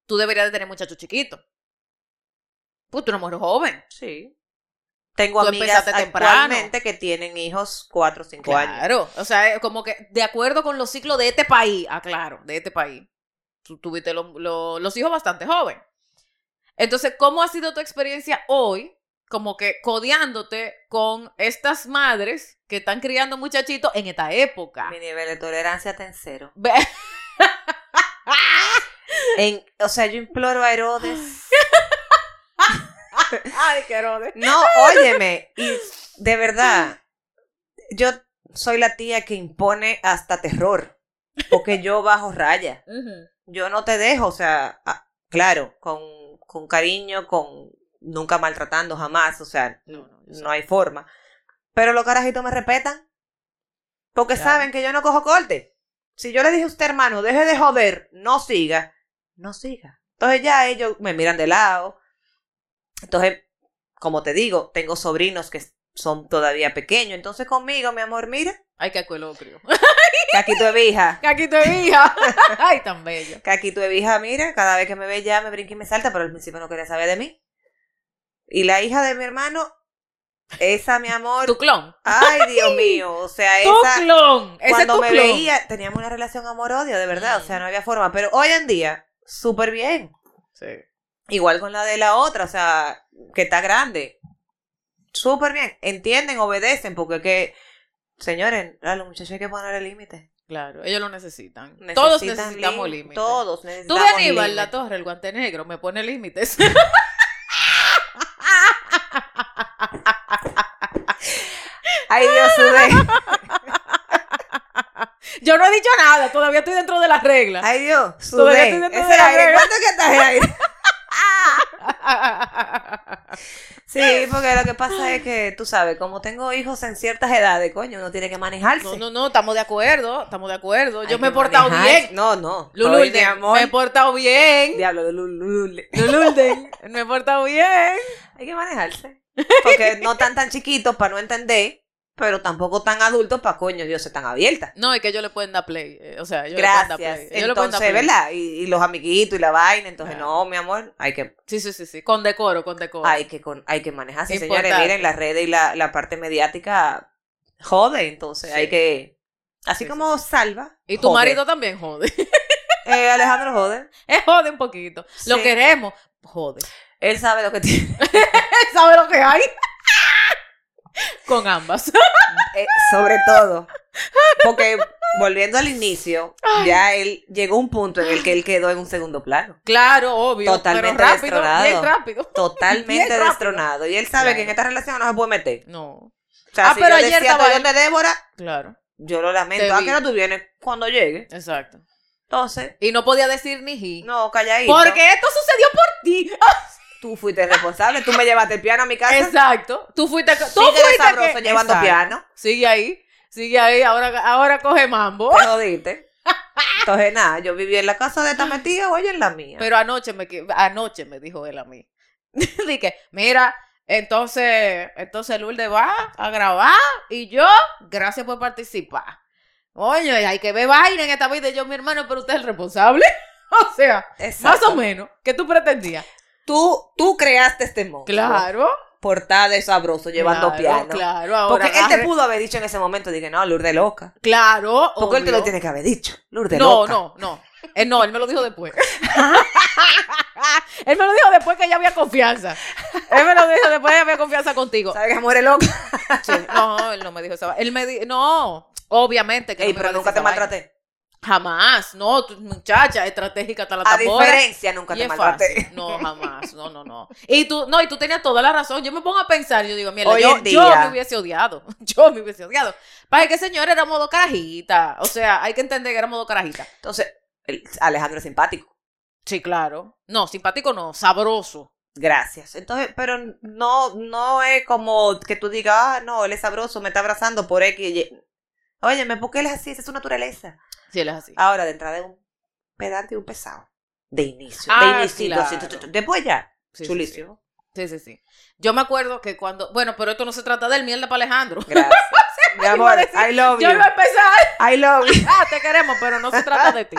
Speaker 2: tú deberías de tener muchachos chiquitos. Pues tú eres una mujer joven.
Speaker 3: Sí. Tengo
Speaker 2: Tú
Speaker 3: amigas
Speaker 2: empezaste temprano.
Speaker 3: actualmente que tienen hijos 4 o 5 años.
Speaker 2: Claro, o sea, es como que de acuerdo con los ciclos de este país, aclaro, de este país, tú tuviste lo- lo- los hijos bastante joven. Entonces, ¿cómo ha sido tu experiencia hoy, como que codeándote con estas madres que están criando muchachitos en esta época?
Speaker 3: Mi nivel de tolerancia está en cero.
Speaker 2: Ve-
Speaker 3: En- o sea, yo imploro a Herodes.
Speaker 2: Ay, qué rode.
Speaker 3: No, óyeme, y de verdad, yo soy la tía que impone hasta terror, porque yo bajo raya,
Speaker 2: Ujú.
Speaker 3: yo no te dejo, o sea, ah, claro, con, con cariño, con nunca maltratando jamás, o sea,
Speaker 2: No, no, yo sé.
Speaker 3: no hay forma, pero los carajitos me respetan, porque
Speaker 2: Claro.
Speaker 3: saben que yo no cojo corte. Si yo le dije a usted, hermano, deje de joder, no siga, no siga. Entonces ya ellos me miran de lado. Entonces, como te digo, tengo sobrinos que son todavía pequeños. Entonces conmigo, mi amor, mira,
Speaker 2: Ay, qué acuelocrio.
Speaker 3: caquito de vija.
Speaker 2: Caquito de hija. Ay, tan bello.
Speaker 3: Caquito de vija, mira, cada vez que me ve ya me brinca y me salta, pero al principio no quería saber de mí. Y la hija de mi hermano, esa, mi
Speaker 2: Tu
Speaker 3: amor,
Speaker 2: clon.
Speaker 3: ay, Dios mío, o sea,
Speaker 2: Tu
Speaker 3: esa...
Speaker 2: clon. Ese Mm. es
Speaker 3: cuando
Speaker 2: tu
Speaker 3: me
Speaker 2: clon.
Speaker 3: veía, teníamos una relación amor-odio, de verdad, o sea, no había forma. Pero hoy en día, súper bien.
Speaker 2: Sí.
Speaker 3: Igual con la de la otra, o sea, que está grande. Súper bien. Entienden, obedecen, porque que, señores, a los muchachos hay que ponerle límite.
Speaker 2: Claro, ellos lo necesitan.
Speaker 3: Necesitan
Speaker 2: Todos necesitamos
Speaker 3: lim-
Speaker 2: límites.
Speaker 3: Todos
Speaker 2: Tú
Speaker 3: necesitamos
Speaker 2: de Aníbal,
Speaker 3: límite.
Speaker 2: la torre, el guante negro, me pone límites.
Speaker 3: Ay, Dios, sube.
Speaker 2: Yo no he dicho nada, todavía estoy dentro de las reglas.
Speaker 3: Ay, Dios,
Speaker 2: Todavía
Speaker 3: sube.
Speaker 2: estoy dentro
Speaker 3: Ese
Speaker 2: de la
Speaker 3: aire,
Speaker 2: regla.
Speaker 3: ¿cuánto que está el aire? Sí, porque lo que pasa es que, tú sabes, como tengo hijos en ciertas edades, coño, uno tiene que manejarse.
Speaker 2: No, no, no, estamos de acuerdo, estamos de acuerdo.
Speaker 3: Hay
Speaker 2: Yo me he
Speaker 3: que
Speaker 2: portado
Speaker 3: manejarse.
Speaker 2: bien.
Speaker 3: No, no.
Speaker 2: Lululden,
Speaker 3: mi amor.
Speaker 2: me he portado bien.
Speaker 3: Diablo de Lululden.
Speaker 2: Lululden, me he portado bien.
Speaker 3: Hay que manejarse. Porque no tan tan chiquitos para no entender, pero tampoco tan adultos para coño, Dios, se tan abierta.
Speaker 2: No, es que ellos le pueden dar play. eh, O sea, ellos le pueden dar
Speaker 3: Gracias.
Speaker 2: play. Ellos le pueden dar
Speaker 3: Entonces,
Speaker 2: play.
Speaker 3: ¿verdad? Y, y los amiguitos y la vaina. Entonces,
Speaker 2: Claro.
Speaker 3: no, mi amor, hay que,
Speaker 2: Sí, sí, sí, sí. Con decoro, con decoro.
Speaker 3: hay que, con- hay que manejarse. Señores,
Speaker 2: Importante.
Speaker 3: miren, las redes y la, la parte mediática jode. Entonces,
Speaker 2: Sí.
Speaker 3: hay que. Así
Speaker 2: Sí,
Speaker 3: como salva.
Speaker 2: y tu
Speaker 3: jode.
Speaker 2: marido también jode.
Speaker 3: Eh, Alejandro jode.
Speaker 2: Él jode un poquito. Lo
Speaker 3: Sí.
Speaker 2: queremos. Jode.
Speaker 3: Él sabe lo que tiene.
Speaker 2: Él sabe lo que hay. Con ambas.
Speaker 3: Eh, sobre todo. Porque volviendo al inicio, ya él llegó a un punto en el que él quedó en un segundo plano.
Speaker 2: Claro, obvio.
Speaker 3: Totalmente
Speaker 2: pero rápido,
Speaker 3: destronado.
Speaker 2: bien rápido. Bien
Speaker 3: totalmente
Speaker 2: rápido.
Speaker 3: destronado. Y él sabe
Speaker 2: Claro.
Speaker 3: que en esta relación no se puede meter.
Speaker 2: No,
Speaker 3: O sea,
Speaker 2: Ah,
Speaker 3: si
Speaker 2: pero
Speaker 3: yo
Speaker 2: ayer
Speaker 3: decía
Speaker 2: estaba
Speaker 3: "Te doy de Débora,
Speaker 2: claro.
Speaker 3: yo lo
Speaker 2: Te
Speaker 3: lamento. Ah,
Speaker 2: vi.
Speaker 3: que no tú vienes cuando llegue.
Speaker 2: Exacto.
Speaker 3: Entonces,
Speaker 2: Y no podía decir ni ji.
Speaker 3: no, calladito.
Speaker 2: porque esto sucedió por ti.
Speaker 3: tú fuiste responsable, tú me llevaste el piano a mi casa.
Speaker 2: Exacto. Tú fuiste. Tú
Speaker 3: Tigre
Speaker 2: fuiste
Speaker 3: sabroso
Speaker 2: que-
Speaker 3: llevando
Speaker 2: Exacto.
Speaker 3: piano.
Speaker 2: Sigue ahí. Sigue ahí. Ahora, ahora coge mambo.
Speaker 3: Te jodiste. Entonces, nada, yo viví en la casa de esta metida o ella en la mía.
Speaker 2: Pero anoche me, que- anoche me dijo él a mí. Dije, mira, entonces, entonces Lourdes va a grabar y yo, gracias por participar. Oye, hay que ver vaina en esta vida. Y Yo, mi hermano, pero usted es el responsable. o sea, más
Speaker 3: Exacto.
Speaker 2: o menos, ¿qué tú pretendías?
Speaker 3: Tú, tú creaste este monstruo.
Speaker 2: Claro.
Speaker 3: Portada de sabroso, llevando
Speaker 2: claro,
Speaker 3: piano.
Speaker 2: Claro, ahora.
Speaker 3: Porque él te
Speaker 2: agarre-
Speaker 3: pudo haber dicho en ese momento, dije, no, Lourdes loca.
Speaker 2: Claro.
Speaker 3: Porque él te lo
Speaker 2: obvio.
Speaker 3: tiene que haber dicho, Lourdes
Speaker 2: No,
Speaker 3: loca.
Speaker 2: no, no. Él no, él me lo dijo después. él me lo dijo después que ya había confianza. Él me lo dijo después que ya había confianza contigo.
Speaker 3: ¿Sabes que muere loca?
Speaker 2: Sí. No, él no me dijo esa va- Él me dijo, no, obviamente que no
Speaker 3: Ey,
Speaker 2: me
Speaker 3: pero
Speaker 2: iba a
Speaker 3: nunca te
Speaker 2: decir esa vaina.
Speaker 3: maltraté.
Speaker 2: Jamás, no, tú- muchacha, estratégica hasta la
Speaker 3: A
Speaker 2: tambora.
Speaker 3: diferencia, nunca
Speaker 2: Y
Speaker 3: te
Speaker 2: es
Speaker 3: maltraté.
Speaker 2: fácil. No, jamás. No, no, no. Y tú, no, y tú tenías toda la razón. Yo me pongo a pensar, yo digo, mierda,
Speaker 3: Hoy
Speaker 2: yo,
Speaker 3: en
Speaker 2: yo
Speaker 3: día.
Speaker 2: me hubiese odiado. Yo me hubiese odiado. Para que señor éramos dos carajitas. O sea, hay que entender que éramos dos carajitas.
Speaker 3: Entonces, el- Alejandro es simpático.
Speaker 2: Sí, claro. No, simpático no, sabroso.
Speaker 3: Gracias. Entonces, pero no, no es como que tú digas, ah, no, él es sabroso, me está abrazando por X. y Y. Óyeme, ¿por qué él es así? Esa es su naturaleza.
Speaker 2: Sí, él es así.
Speaker 3: Ahora, de entrada es un pedante y un pesado. De inicio.
Speaker 2: Ah,
Speaker 3: de inicio.
Speaker 2: claro.
Speaker 3: así, tu, tu, tu. Después ya.
Speaker 2: Sí, sí,
Speaker 3: Chulísimo.
Speaker 2: Sí, sí, sí. Yo me acuerdo que cuando. Bueno, pero esto no se trata del mierda para Alejandro.
Speaker 3: Gracias. Mi
Speaker 2: Iba a
Speaker 3: amor,
Speaker 2: decir,
Speaker 3: I love
Speaker 2: Yo
Speaker 3: you.
Speaker 2: iba a empezar.
Speaker 3: I love you.
Speaker 2: Ah, te queremos, pero no se trata de ti.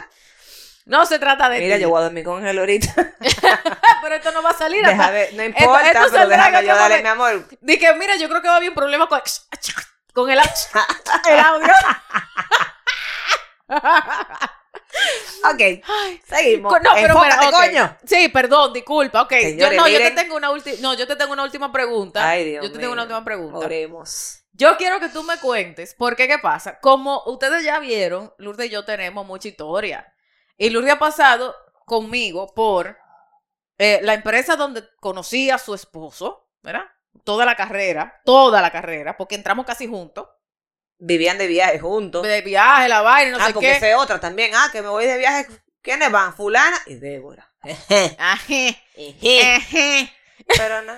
Speaker 2: No se trata de
Speaker 3: Mira,
Speaker 2: ti. Ah,
Speaker 3: yo voy a dormir con él ahorita.
Speaker 2: Pero esto no va a salir
Speaker 3: Deja
Speaker 2: hasta-
Speaker 3: de- no
Speaker 2: esto
Speaker 3: importa, pero
Speaker 2: saldrá en
Speaker 3: déjame
Speaker 2: otro
Speaker 3: yo darle,
Speaker 2: momento.
Speaker 3: mi amor.
Speaker 2: Dije, mira, yo creo que va a haber un problema con, con el, el audio.
Speaker 3: Ok,
Speaker 2: Ay.
Speaker 3: seguimos.
Speaker 2: Co- No, pero
Speaker 3: Enfócate,
Speaker 2: espera, ok.
Speaker 3: coño.
Speaker 2: Sí, perdón, disculpa. Ok,
Speaker 3: Señores,
Speaker 2: yo, no, yo
Speaker 3: miren.
Speaker 2: te tengo una última, no, yo te tengo una última pregunta.
Speaker 3: Ay, Dios
Speaker 2: yo te tengo una
Speaker 3: mío.
Speaker 2: última pregunta.
Speaker 3: Oremos.
Speaker 2: Yo quiero que tú me cuentes, porque qué pasa. Como ustedes ya vieron, Lourdes y yo tenemos mucha historia. Y Lourdes ha pasado conmigo por eh, la empresa donde conocí a su esposo, ¿verdad? Toda la carrera, toda la carrera, porque entramos casi juntos.
Speaker 3: Vivían de viaje juntos.
Speaker 2: De viaje, la vaina, no
Speaker 3: ah,
Speaker 2: sé
Speaker 3: porque
Speaker 2: qué.
Speaker 3: esa es otra también. Ah, que me voy de viaje. ¿Quiénes van? Fulana y Débora.
Speaker 2: Ajé,
Speaker 3: Pero
Speaker 2: ajé.
Speaker 3: no.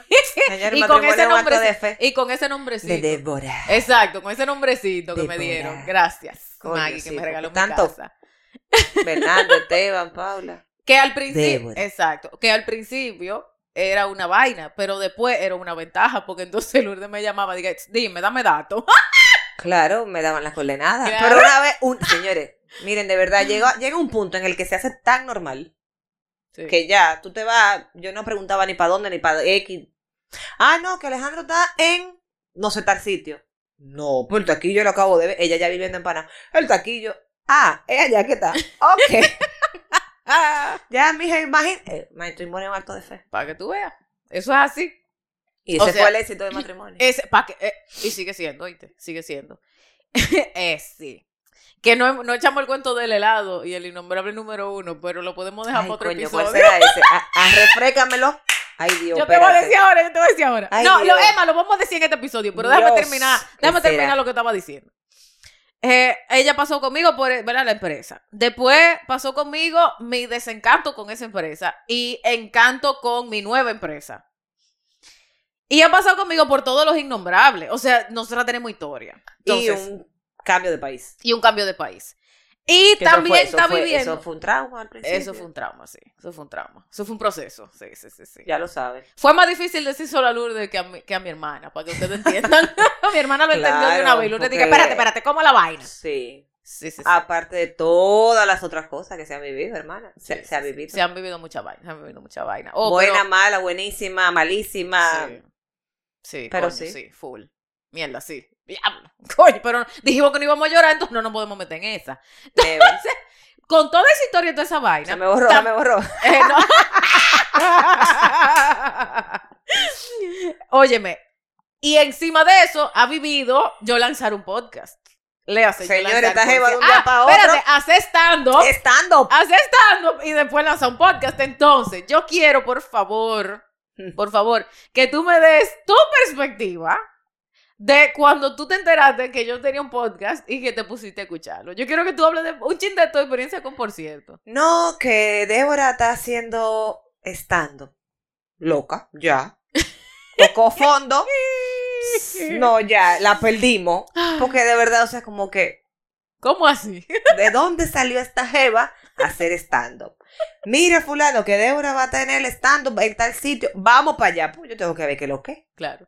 Speaker 3: Señor,
Speaker 2: Eh, Y
Speaker 3: matrimonio
Speaker 2: con ese
Speaker 3: es un acto
Speaker 2: nombre
Speaker 3: de fe.
Speaker 2: y con ese
Speaker 3: De
Speaker 2: nombrecito.
Speaker 3: Débora.
Speaker 2: Exacto, con ese nombrecito que me
Speaker 3: Débora.
Speaker 2: dieron. Gracias,
Speaker 3: Coño,
Speaker 2: Maggie,
Speaker 3: sí,
Speaker 2: que me
Speaker 3: porque
Speaker 2: regaló mi
Speaker 3: tanto-
Speaker 2: casa.
Speaker 3: Fernando, Esteban, Paula.
Speaker 2: Que al principio,
Speaker 3: Débora.
Speaker 2: exacto, que al principio era una vaina, pero después era una ventaja, porque entonces Lourdes me llamaba, diga, dime, dame datos.
Speaker 3: Claro, me daban las coordenadas.
Speaker 2: Claro.
Speaker 3: Pero una vez, un- señores, miren, de verdad, llega, llega un punto en el que se hace tan normal que ya tú te vas. Yo no preguntaba ni para dónde, ni para X. Ah, no, que Alejandro está en no sé tal sitio. No, pues el taquillo lo acabo de ver. Ella ya viviendo en Panamá. El taquillo. Ah, ella ya que está. Ok.
Speaker 2: Ah,
Speaker 3: Ya, mija, imagínate. matrimonio es un acto de fe.
Speaker 2: para que tú veas. Eso es así.
Speaker 3: Y
Speaker 2: O
Speaker 3: ese
Speaker 2: sea,
Speaker 3: fue el éxito del matrimonio.
Speaker 2: Es, pa' que, eh, y sigue siendo, ¿oíste? Sigue siendo. Eh, sí. Que no, no echamos el cuento del helado y el innombrable número uno, pero lo podemos dejar
Speaker 3: Ay,
Speaker 2: para otro
Speaker 3: coño, ¿cuál
Speaker 2: episodio.
Speaker 3: será ese? Ah, ah, refrécamelo. Ay, Dios,
Speaker 2: Yo te voy a
Speaker 3: espérate.
Speaker 2: decir ahora, yo te voy a decir ahora.
Speaker 3: Ay,
Speaker 2: no, lo,
Speaker 3: Dios.
Speaker 2: Emma, lo vamos a decir en este episodio, pero déjame
Speaker 3: Dios,
Speaker 2: terminar,
Speaker 3: ¿qué
Speaker 2: déjame
Speaker 3: será?
Speaker 2: terminar lo que estaba diciendo. Eh, ella pasó conmigo por ¿verdad? la empresa. Después pasó conmigo mi desencanto con esa empresa y encanto con mi nueva empresa. Y ha pasado conmigo por todos los innombrables. O sea, nosotras tenemos historia.
Speaker 3: Y
Speaker 2: Entonces,
Speaker 3: un cambio de país.
Speaker 2: y un cambio de país. Y
Speaker 3: Que eso
Speaker 2: también
Speaker 3: fue- eso
Speaker 2: está
Speaker 3: fue-
Speaker 2: viviendo.
Speaker 3: Eso fue un trauma al principio.
Speaker 2: eso fue un trauma, sí. Eso fue un trauma. Eso fue un proceso. Sí, sí, sí, sí.
Speaker 3: Ya lo sabes.
Speaker 2: Fue más difícil decir solo a Lourdes que a mi, que a mi hermana, para que ustedes entiendan. mi hermana lo entendió de una
Speaker 3: Claro,
Speaker 2: vez. Lourdes dije,
Speaker 3: porque-
Speaker 2: espérate, espérate, ¿cómo la vaina? Ah,
Speaker 3: Sí.
Speaker 2: Sí, sí, sí.
Speaker 3: Aparte de todas las otras cosas que se han vivido, hermana. Se,
Speaker 2: Sí,
Speaker 3: se ha
Speaker 2: sí, sí.
Speaker 3: vivido.
Speaker 2: Se han vivido muchas vainas, se han vivido muchas vainas. Oh,
Speaker 3: Buena,
Speaker 2: pero-
Speaker 3: mala, buenísima, malísima.
Speaker 2: Sí, sí
Speaker 3: Pero
Speaker 2: coño,
Speaker 3: sí.
Speaker 2: sí. full. Mierda, sí. Diablo, coño, pero dijimos que no íbamos a llorar, entonces no nos podemos meter en esa.
Speaker 3: Debe.
Speaker 2: Con toda esa historia y toda esa
Speaker 3: Se
Speaker 2: vaina,
Speaker 3: me borró, se
Speaker 2: Tam-
Speaker 3: me borró.
Speaker 2: Eh, no. Óyeme, y encima de eso ha vivido yo lanzar un podcast. Le hace
Speaker 3: Señores, esta jeva de un
Speaker 2: ah,
Speaker 3: día pa' otro.
Speaker 2: Espérate, hace estando,
Speaker 3: Estando.
Speaker 2: hace estando y después lanza un podcast. Entonces, yo quiero, por favor, por favor, que tú me des tu perspectiva de cuando tú te enteraste que yo tenía un podcast y que te pusiste a escucharlo. Yo quiero que tú hables de un chin de tu experiencia con por cierto.
Speaker 3: No, que Débora está haciendo estando. Loca, ya. Tocó fondo. No, ya, la perdimos.
Speaker 2: Ah.
Speaker 3: Porque de verdad, o sea, como que,
Speaker 2: ¿Cómo así?
Speaker 3: ¿de dónde salió esta jeva a hacer stand-up? Mira, fulano, que Débora va a tener stand-up en tal sitio. Vamos para allá. Pues yo tengo que ver que lo que.
Speaker 2: Claro.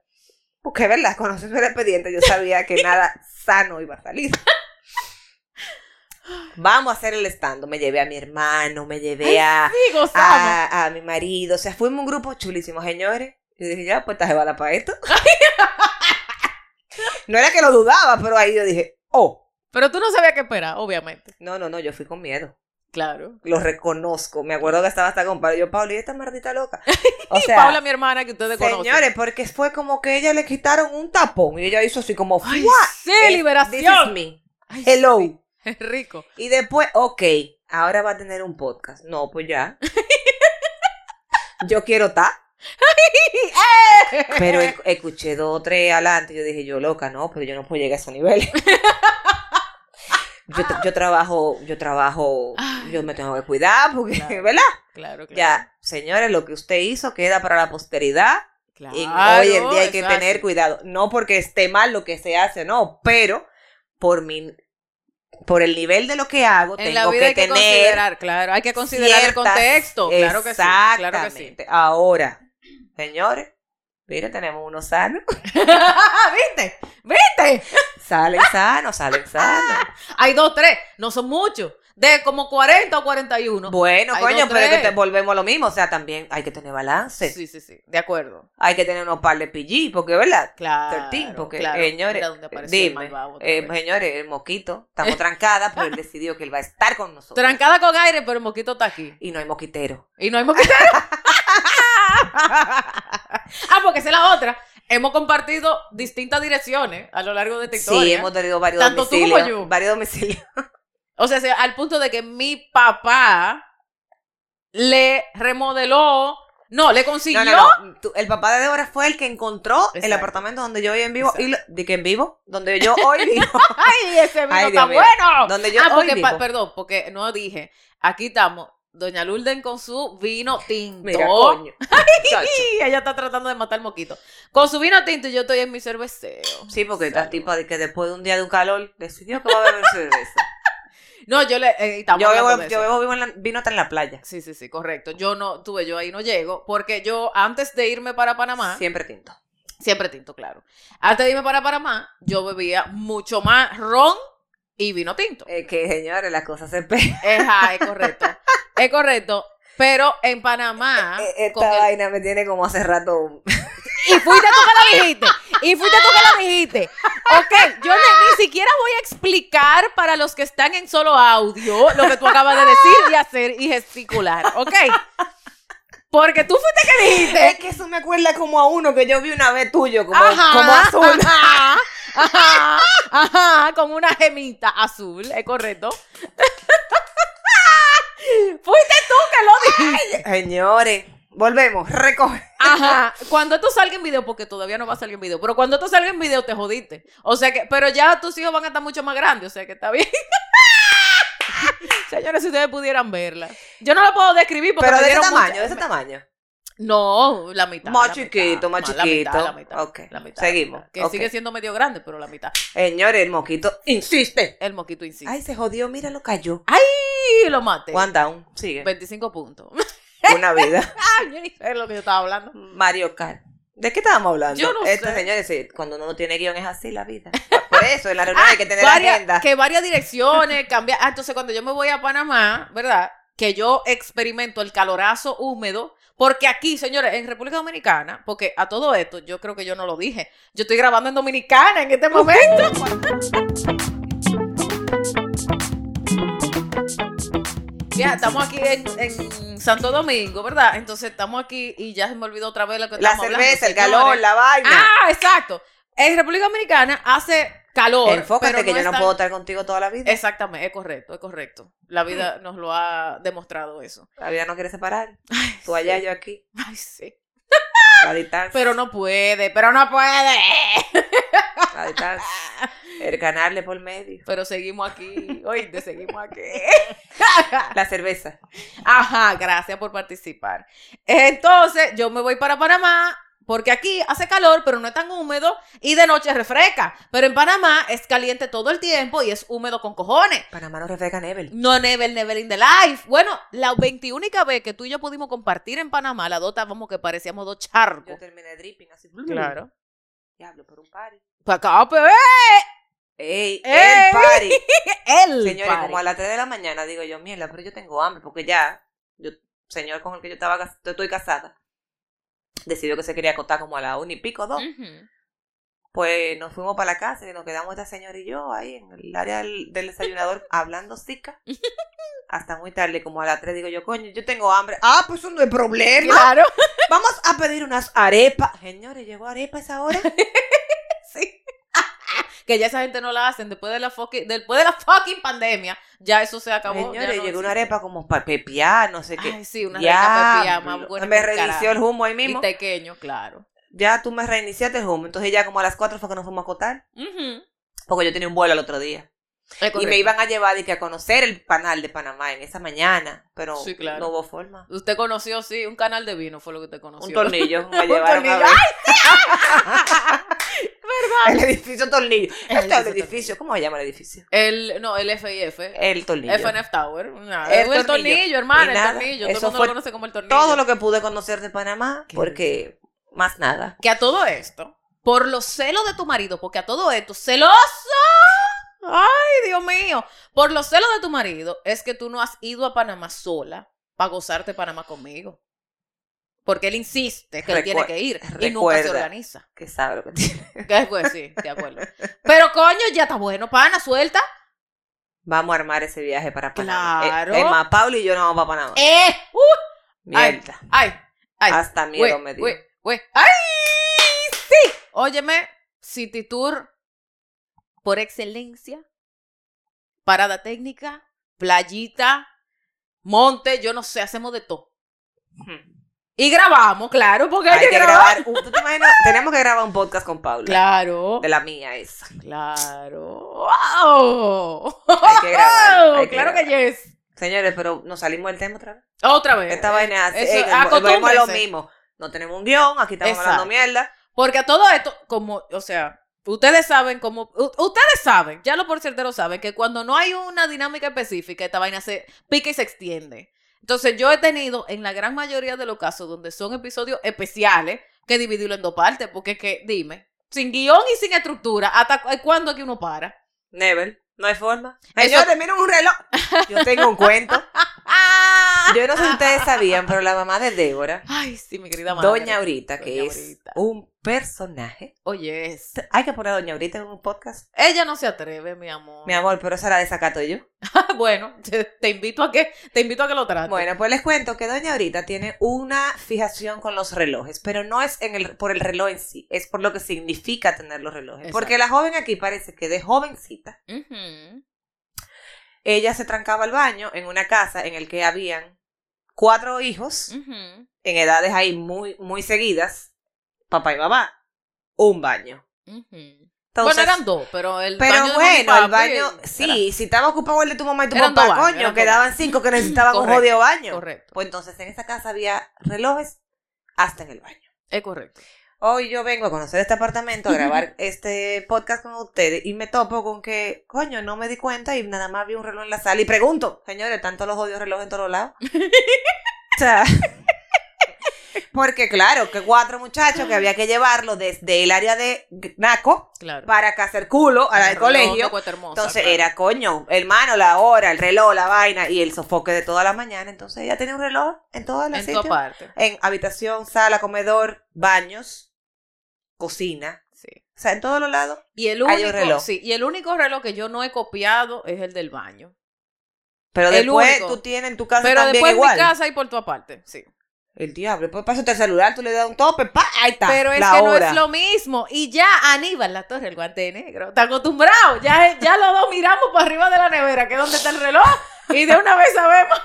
Speaker 3: Porque, ¿verdad? Conociendo el expediente, yo sabía que nada sano iba a salir. vamos a hacer el stand. Me llevé a mi hermano, me llevé a,
Speaker 2: Sí, gozamos.
Speaker 3: a, a mi marido. O sea, fuimos un grupo chulísimo, señores. Yo dije, ya, pues estás bala para esto. no era que lo dudaba, pero ahí yo dije, oh.
Speaker 2: Pero tú no sabías qué esperar, obviamente.
Speaker 3: No, no, no, yo fui con miedo.
Speaker 2: Claro.
Speaker 3: Lo reconozco. Me acuerdo que estaba hasta con Pablo. Yo, Pablo, ¿y esta maldita loca? O sea,
Speaker 2: Paula, mi hermana, que ustedes conocen.
Speaker 3: señores, porque fue como que ella le quitaron un tapón y ella hizo así como,
Speaker 2: Ay,
Speaker 3: "Fuá".
Speaker 2: sí,
Speaker 3: Eh, this is
Speaker 2: liberación.
Speaker 3: me.
Speaker 2: Ay,
Speaker 3: Hello.
Speaker 2: sí, rico.
Speaker 3: Y después, ok, ahora va a tener un podcast. No, pues ya. yo quiero estar. Pero ec- escuché dos o tres adelante. Yo dije, yo loca, no, pero yo no puedo llegar a esos niveles. yo, tra- yo trabajo, yo trabajo, yo me tengo que cuidar porque,
Speaker 2: Claro.
Speaker 3: ¿verdad?
Speaker 2: Claro, claro.
Speaker 3: Ya, señores, lo que usted hizo queda para la posteridad.
Speaker 2: Claro,
Speaker 3: Y hoy en día hay que
Speaker 2: eso es
Speaker 3: tener
Speaker 2: así.
Speaker 3: cuidado. No porque esté mal lo que se hace, no, pero por mi por el nivel de lo que hago,
Speaker 2: En
Speaker 3: tengo
Speaker 2: la vida
Speaker 3: que
Speaker 2: hay que
Speaker 3: tener.
Speaker 2: considerar, claro, hay que considerar el
Speaker 3: ciertas-
Speaker 2: contexto, claro que sí, claro que sí.
Speaker 3: Exactamente. Ahora, señores, mire, tenemos uno sano.
Speaker 2: ¿Viste? ¿Viste?
Speaker 3: Salen sanos,
Speaker 2: Ah,
Speaker 3: salen sanos.
Speaker 2: Hay dos, tres, no son muchos, de como 40 o 41.
Speaker 3: Bueno,
Speaker 2: Hay
Speaker 3: coño,
Speaker 2: dos,
Speaker 3: pero es que
Speaker 2: tres.
Speaker 3: te- volvemos a lo mismo. O sea, también hay que tener balance.
Speaker 2: Sí, sí, sí, de acuerdo.
Speaker 3: Hay que tener unos par de pillí, porque, ¿verdad?
Speaker 2: Claro.
Speaker 3: 13, porque,
Speaker 2: claro.
Speaker 3: señores,
Speaker 2: Mira dónde apareció el
Speaker 3: dime,
Speaker 2: malvado otra
Speaker 3: eh,
Speaker 2: vez.
Speaker 3: señores, el moquito, estamos trancadas, pero él decidió que él va a estar con nosotros.
Speaker 2: Trancada con aire, pero el mosquito está aquí.
Speaker 3: y no hay mosquitero.
Speaker 2: Y no hay mosquitero. ah, porque esa es la otra. Hemos compartido distintas direcciones a lo largo de esta historia.
Speaker 3: Sí, hemos tenido varios
Speaker 2: Tanto tú como
Speaker 3: domicilios.
Speaker 2: yo.
Speaker 3: Varios domicilios.
Speaker 2: O sea, se- al punto de que mi papá le remodeló, no, le consiguió.
Speaker 3: No, no, no. Tú- el papá de Débora fue el que encontró el
Speaker 2: Exacto.
Speaker 3: apartamento donde yo hoy en vivo.
Speaker 2: Exacto.
Speaker 3: Y lo- ¿De que en vivo? Donde yo hoy vivo.
Speaker 2: ¡Ay, ese vino
Speaker 3: Ay,
Speaker 2: está
Speaker 3: Dios mío.
Speaker 2: bueno!
Speaker 3: Donde yo
Speaker 2: ah,
Speaker 3: hoy
Speaker 2: porque, pa-
Speaker 3: vivo.
Speaker 2: perdón, porque no dije, aquí estamos, Doña Lulden con su vino tinto.
Speaker 3: Mira, coño. Chacho.
Speaker 2: Y ella está tratando de matar el moquito. Con su vino tinto y yo estoy en mi cerveceo.
Speaker 3: Sí, porque esta
Speaker 2: Salud.
Speaker 3: tipa de que después de un día de un calor decidió que va a beber cerveza.
Speaker 2: No, yo le... eh, estamos
Speaker 3: yo
Speaker 2: hablando
Speaker 3: bebo,
Speaker 2: de
Speaker 3: yo
Speaker 2: eso.
Speaker 3: bebo vino, en la, vino hasta en la playa.
Speaker 2: Sí, sí, sí, correcto. Yo no, tuve, yo ahí no llego, porque yo antes de irme para Panamá,
Speaker 3: Siempre tinto.
Speaker 2: Siempre tinto, claro. Antes de irme para Panamá, yo bebía mucho más ron y vino tinto.
Speaker 3: Es que, señores, las cosas se pegan.
Speaker 2: Ejá, es correcto. Es correcto. Pero en Panamá.
Speaker 3: Eh,
Speaker 2: con
Speaker 3: Esta
Speaker 2: el-
Speaker 3: vaina me tiene como hace rato. un-
Speaker 2: Y fuiste tú que lo dijiste. Y fuiste tú que lo dijiste. Ok, yo ni, ni siquiera voy a explicar para los que están en solo audio lo que tú acabas de decir y hacer y gesticular. Ok. Porque tú fuiste que dijiste.
Speaker 3: Es que eso me acuerda como a uno que yo vi una vez tuyo, como,
Speaker 2: Ajá,
Speaker 3: como azul.
Speaker 2: Ajá, ajá, ajá, con una gemita azul, es correcto. Fuiste tú que lo dijiste.
Speaker 3: Señores, volvemos, recoge.
Speaker 2: Ajá. Cuando esto salga en video, porque todavía no va a salir en video, pero cuando esto salga en video te jodiste. O sea que, pero ya tus hijos van a estar mucho más grandes, o sea que está bien. Señores, si ustedes pudieran verla. Yo no la puedo describir porque
Speaker 3: Pero
Speaker 2: me
Speaker 3: de ese
Speaker 2: dieron
Speaker 3: tamaño,
Speaker 2: mucha-
Speaker 3: de ese tamaño.
Speaker 2: No, la mitad.
Speaker 3: Más
Speaker 2: la mitad,
Speaker 3: chiquito, más
Speaker 2: la mitad,
Speaker 3: chiquito.
Speaker 2: la mitad,
Speaker 3: Ok,
Speaker 2: la mitad,
Speaker 3: seguimos,
Speaker 2: la mitad. Que
Speaker 3: ok.
Speaker 2: sigue siendo medio grande, pero la mitad.
Speaker 3: Señores, el moquito insiste.
Speaker 2: El moquito insiste.
Speaker 3: Ay, se jodió, mira, lo cayó.
Speaker 2: ¡Ay! Lo maté.
Speaker 3: One down, sigue.
Speaker 2: 25 puntos.
Speaker 3: Una vida.
Speaker 2: Ay, yo ni sé lo que yo estaba hablando.
Speaker 3: Mario Kart. ¿De qué estábamos hablando?
Speaker 2: Yo no
Speaker 3: Esto,
Speaker 2: sé.
Speaker 3: señores, sí, cuando uno no tiene guión es así la vida. Por eso, en la reunión hay que tener
Speaker 2: Varias-
Speaker 3: agenda.
Speaker 2: que varias direcciones, cambiar. Ah, entonces cuando yo me voy a Panamá, ¿verdad? Que yo experimento el calorazo húmedo. Porque aquí, señores, en República Dominicana, porque a todo esto, yo creo que yo no lo dije. Yo estoy grabando en Dominicana en este momento. Ya, estamos aquí en, en Santo Domingo, ¿verdad? Entonces estamos aquí y ya se me olvidó otra vez lo que
Speaker 3: La
Speaker 2: estamos hablando,
Speaker 3: cerveza, el
Speaker 2: señores.
Speaker 3: calor, la vaina.
Speaker 2: Ah, exacto. En República Dominicana hace calor.
Speaker 3: Enfócate
Speaker 2: pero Eh.
Speaker 3: que yo
Speaker 2: es
Speaker 3: no
Speaker 2: tan-
Speaker 3: puedo estar contigo toda la vida.
Speaker 2: Exactamente, es correcto, es correcto. La vida
Speaker 3: Mm.
Speaker 2: nos lo ha demostrado eso.
Speaker 3: La vida no quiere separar. Tú allá, yo aquí.
Speaker 2: Ay, sí.
Speaker 3: La distancia.
Speaker 2: Pero no puede, pero no puede.
Speaker 3: La distancia. El ganarle por medio.
Speaker 2: Pero seguimos aquí. Oíste, seguimos aquí.
Speaker 3: La cerveza.
Speaker 2: Ajá, gracias por participar. Entonces, yo me voy para Panamá. Porque aquí hace calor, pero no es tan húmedo y de noche refresca. Pero en Panamá es caliente todo el tiempo y es húmedo con cojones.
Speaker 3: Panamá no refresca Nebel.
Speaker 2: No, never, never in the life. Bueno, la veintiúnica vez que tú y yo pudimos compartir en Panamá, la dos estábamos que parecíamos dos
Speaker 3: Yo
Speaker 2: charcos.
Speaker 3: terminé dripping así.
Speaker 2: Claro. Pues
Speaker 3: Diablo, por un party.
Speaker 2: Para acá, bebé.
Speaker 3: ¡Ey!
Speaker 2: ¡Ey!
Speaker 3: ¡El party!
Speaker 2: Él.
Speaker 3: Señores, como a las 3 de la mañana digo yo, mierda, pero yo tengo hambre, porque ya, yo, señor con el que yo estaba, cas- estoy casada, decidió que se quería acostar como a la una y pico, dos. Pues nos fuimos para la casa y nos quedamos esta señora y yo ahí en el área del, del desayunador hablando zica. Hasta muy tarde, como a las 3, digo yo, coño, yo tengo hambre. Ah, pues eso no es problema.
Speaker 2: Claro.
Speaker 3: Vamos a pedir unas arepas. Señores, ¿llegó arepa a esa hora?
Speaker 2: Sí. que ya esa gente no la hacen después de la fucking, después de la fucking pandemia. Ya eso se acabó.
Speaker 3: Señores,
Speaker 2: ya no
Speaker 3: llegó una
Speaker 2: existe.
Speaker 3: arepa como para pepiar, no sé qué.
Speaker 2: Ay, sí, una
Speaker 3: Ya,
Speaker 2: rica pepilla más buena.
Speaker 3: me
Speaker 2: que el
Speaker 3: reinició
Speaker 2: carajo.
Speaker 3: el humo ahí
Speaker 2: Y
Speaker 3: mismo.
Speaker 2: pequeño, claro.
Speaker 3: Ya tú me reiniciaste el humo. Entonces ya como a las 4 fue que nos fuimos a acotar.
Speaker 2: Ujú.
Speaker 3: Porque yo tenía un vuelo al otro día.
Speaker 2: Es
Speaker 3: Y me
Speaker 2: correcto.
Speaker 3: iban a llevar de que a conocer el panal de Panamá en esa mañana. Pero
Speaker 2: Sí, claro.
Speaker 3: no hubo forma.
Speaker 2: Usted conoció, sí, un canal de vino fue lo que usted conoció.
Speaker 3: Un tornillo. Me
Speaker 2: Un
Speaker 3: llevaron a
Speaker 2: tornillo.
Speaker 3: ver. El edificio tornillo.
Speaker 2: El
Speaker 3: Este es el
Speaker 2: edificio
Speaker 3: edificio. ¿Cóif se llama el edificio?
Speaker 2: El, no, el FIF.
Speaker 3: El tornillo.
Speaker 2: FNF Eh, Tower. nada.
Speaker 3: El
Speaker 2: El, tornillo,
Speaker 3: tornillo,
Speaker 2: hermano,
Speaker 3: y
Speaker 2: el
Speaker 3: nada,
Speaker 2: tornillo.
Speaker 3: eso
Speaker 2: Todo el mundo
Speaker 3: fue
Speaker 2: lo conoce como el tornillo.
Speaker 3: Todo lo que pude conocer de Panamá,
Speaker 2: Qué
Speaker 3: porque más nada.
Speaker 2: Que a todo esto, por los celos de tu marido, porque a todo esto, celoso. Ay, Dios mío. Por los celos de tu marido, es que tú no has ido a Panamá sola para gozarte Panamá conmigo. Porque él insiste que él tiene
Speaker 3: Recuer-
Speaker 2: que ir y nunca se
Speaker 3: recuerda.
Speaker 2: organiza.
Speaker 3: Que sabe lo que tiene.
Speaker 2: Que, pues, sí, de acuerdo. Pero coño, ya está bueno, pana, suelta.
Speaker 3: Vamos a armar ese viaje para Panamá.
Speaker 2: Claro.
Speaker 3: Eh, Es más, Pablo y yo no vamos para Panamá.
Speaker 2: ¡Eh! ¡Uh! ay,
Speaker 3: Mierda.
Speaker 2: ¡Ay! ay.
Speaker 3: Hasta miedo
Speaker 2: Güey,
Speaker 3: me dio.
Speaker 2: güey, güey. ¡Ay! ¡Sí! Óyeme, City Tour por excelencia. Parada técnica, playita, monte, yo no sé, hacemos de todo.
Speaker 3: Hmm.
Speaker 2: Y grabamos, claro, porque
Speaker 3: Hay que grabar. un- ¿tú te imaginas? Tenemos que grabar un podcast con Paula.
Speaker 2: Claro,
Speaker 3: De la mía esa.
Speaker 2: claro. ¡Wow!
Speaker 3: Hay que grabar. hay que
Speaker 2: claro que
Speaker 3: grabar.
Speaker 2: yes.
Speaker 3: Señores, pero nos salimos del tema otra vez.
Speaker 2: Otra vez.
Speaker 3: Esta vaina es
Speaker 2: eso,
Speaker 3: eh, volvemos a lo
Speaker 2: acostúmbrese.
Speaker 3: mismo. No tenemos un guión, aquí estamos hablando
Speaker 2: Exacto.
Speaker 3: mierda.
Speaker 2: Porque a todo esto, como, o sea, ustedes saben como, u- ustedes saben, ya lo por cierto lo saben, que cuando no hay una dinámica específica, esta vaina se pica y se extiende. Entonces yo he tenido en la gran mayoría de los casos donde son episodios especiales que dividirlo en dos partes, porque es que, dime, sin guión y sin estructura, ¿hasta cu- cuándo aquí uno para?
Speaker 3: Never. No hay forma.
Speaker 2: Eso-
Speaker 3: Señores, miren un reloj. Yo tengo un cuento.
Speaker 2: ¡Ah!
Speaker 3: Yo no sé si ustedes sabían, pero la mamá de Débora,
Speaker 2: Ay, sí, mi querida madre.
Speaker 3: Doña Aurita, que
Speaker 2: Doña
Speaker 3: es
Speaker 2: Aurita.
Speaker 3: un personaje.
Speaker 2: Oye, es-
Speaker 3: Hay que poner a Doña Aurita en un podcast.
Speaker 2: ella no se atreve, mi amor.
Speaker 3: Mi amor, pero esa era desacato yo.
Speaker 2: bueno, te, te invito a que, te invito a que lo trates.
Speaker 3: Bueno, pues les cuento que Doña Aurita tiene una fijación con los relojes, pero no es en el, por el reloj en sí, es por lo que significa tener los relojes.
Speaker 2: Exacto.
Speaker 3: Porque la joven aquí parece que de jovencita,
Speaker 2: Ujú.
Speaker 3: ella se trancaba al baño en una casa en el que habían cuatro
Speaker 2: Mm.
Speaker 3: hijos,
Speaker 2: Ujú.
Speaker 3: en edades ahí muy, muy seguidas, papá y mamá, un baño.
Speaker 2: Ujú.
Speaker 3: Entonces,
Speaker 2: bueno, eran dos, pero el
Speaker 3: pero
Speaker 2: baño. de
Speaker 3: bueno,
Speaker 2: mami y
Speaker 3: el
Speaker 2: papi,
Speaker 3: baño,
Speaker 2: eh,
Speaker 3: sí, si estaba ocupado el de tu mamá y tu
Speaker 2: Eran dos
Speaker 3: papá,
Speaker 2: baños,
Speaker 3: coño,
Speaker 2: eran dos
Speaker 3: quedaban cinco que necesitaban un
Speaker 2: Correcto,
Speaker 3: jodido
Speaker 2: era
Speaker 3: baño.
Speaker 2: correcto,
Speaker 3: Pues entonces en esa casa había relojes hasta en el baño.
Speaker 2: es correcto.
Speaker 3: Hoy yo vengo a conocer este apartamento, a grabar este podcast con ustedes y me topo con que, coño, no me di cuenta y nada más vi un reloj en la sala y pregunto, señores, tanto los odios relojes en todos lados. o sea, porque claro, que cuatro muchachos que había que llevarlo desde el área de Naco
Speaker 2: Claro.
Speaker 3: para acá hacer culo al
Speaker 2: El reloj de
Speaker 3: colegio.
Speaker 2: Cuesta Hermosa,
Speaker 3: Entonces
Speaker 2: claro.
Speaker 3: era, coño, hermano, la hora, el reloj, la vaina y el sofoque de toda la mañana. Entonces ella tenía un reloj en todas las
Speaker 2: En tu parte.
Speaker 3: en habitación, sala, comedor, baños, cocina,
Speaker 2: Sí.
Speaker 3: o sea, en todos los lados.
Speaker 2: Y el
Speaker 3: Hay un
Speaker 2: único,
Speaker 3: reloj.
Speaker 2: sí, y el único reloj que yo no he copiado es el del baño.
Speaker 3: Pero
Speaker 2: El
Speaker 3: después
Speaker 2: único.
Speaker 3: tú tienes en tu casa
Speaker 2: Pero
Speaker 3: también
Speaker 2: después
Speaker 3: igual.
Speaker 2: en mi casa y por tu aparte, sí.
Speaker 3: El diablo, después pásate el celular, tú le das un tope, pa, ahí está.
Speaker 2: Pero es
Speaker 3: la
Speaker 2: que no
Speaker 3: hora.
Speaker 2: es lo mismo. Y ya Aníbal La Torre, el guante negro, está acostumbrado. Ya, ya los dos miramos para arriba de la nevera, que es donde está el reloj. Y de una vez sabemos.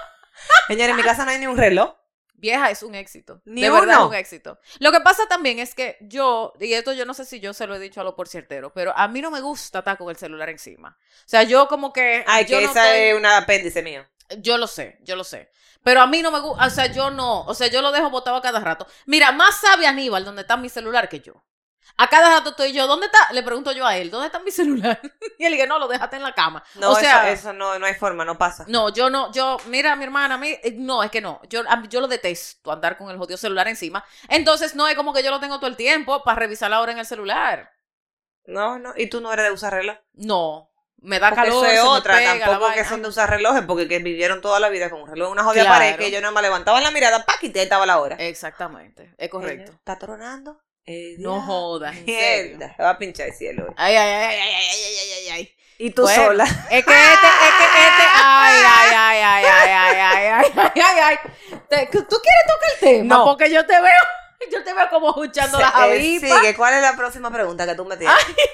Speaker 3: Señores,
Speaker 2: Ah.
Speaker 3: en mi casa no hay ni un reloj.
Speaker 2: Vieja es un éxito.
Speaker 3: Ni
Speaker 2: de verdad
Speaker 3: uno.
Speaker 2: es un éxito. Lo que pasa también es que yo, y esto yo no sé si yo se lo he dicho a lo por ciertero, pero a mí no me gusta estar con el celular encima. O sea, yo como que.
Speaker 3: Ay,
Speaker 2: yo
Speaker 3: que
Speaker 2: no
Speaker 3: esa
Speaker 2: estoy-
Speaker 3: es una apéndice mío.
Speaker 2: Yo lo sé, yo lo sé. Pero a mí no me gusta, o sea, yo no, o sea, yo lo dejo botado a cada rato. Mira, más sabe Aníbal dónde está mi celular que yo. A cada rato estoy yo, ¿dónde está? Le pregunto yo a él, ¿dónde está mi celular? Y él dice, no, lo dejaste en la cama.
Speaker 3: No,
Speaker 2: o sea, Mm.
Speaker 3: eso, eso no, no hay forma, no pasa.
Speaker 2: no, yo no, yo, mira, mi hermana, a mí, eh, no, es que no, yo, a mí- yo lo detesto andar con el jodido celular encima. Entonces, no es como que yo lo tengo todo el tiempo para revisar la hora en el celular.
Speaker 3: No, no. ¿Y tú no eres de usar reloj?
Speaker 2: No, me da
Speaker 3: Porque
Speaker 2: calor,
Speaker 3: eso es
Speaker 2: se me
Speaker 3: otra,
Speaker 2: pega la
Speaker 3: tampoco que
Speaker 2: vaina.
Speaker 3: son de usar relojes, porque que vivieron toda la vida con un reloj en una jodida
Speaker 2: Claro.
Speaker 3: pared que yo nada más levantaba la mirada, pa' y ahí estaba la hora.
Speaker 2: Exactamente, es correcto.
Speaker 3: Está tronando. Eh,
Speaker 2: No
Speaker 3: diablo.
Speaker 2: jodas, en serio.
Speaker 3: Mierda, se va a pinchar el cielo. eh.
Speaker 2: Ay, ay, ay, ay, ay, ay, ay, ay, ay.
Speaker 3: Y tú
Speaker 2: Bueno,
Speaker 3: sola.
Speaker 2: Es que este, es que este. Ay, ay, ay, ay, ay, ay, ay, ay, ay, ay. Te- ¿Tú quieres tocar el tema?
Speaker 3: No.
Speaker 2: Porque yo te veo, yo te veo como escuchando la
Speaker 3: Se- eh,
Speaker 2: javipa.
Speaker 3: sigue, ¿cuál es la próxima pregunta que tú me tienes?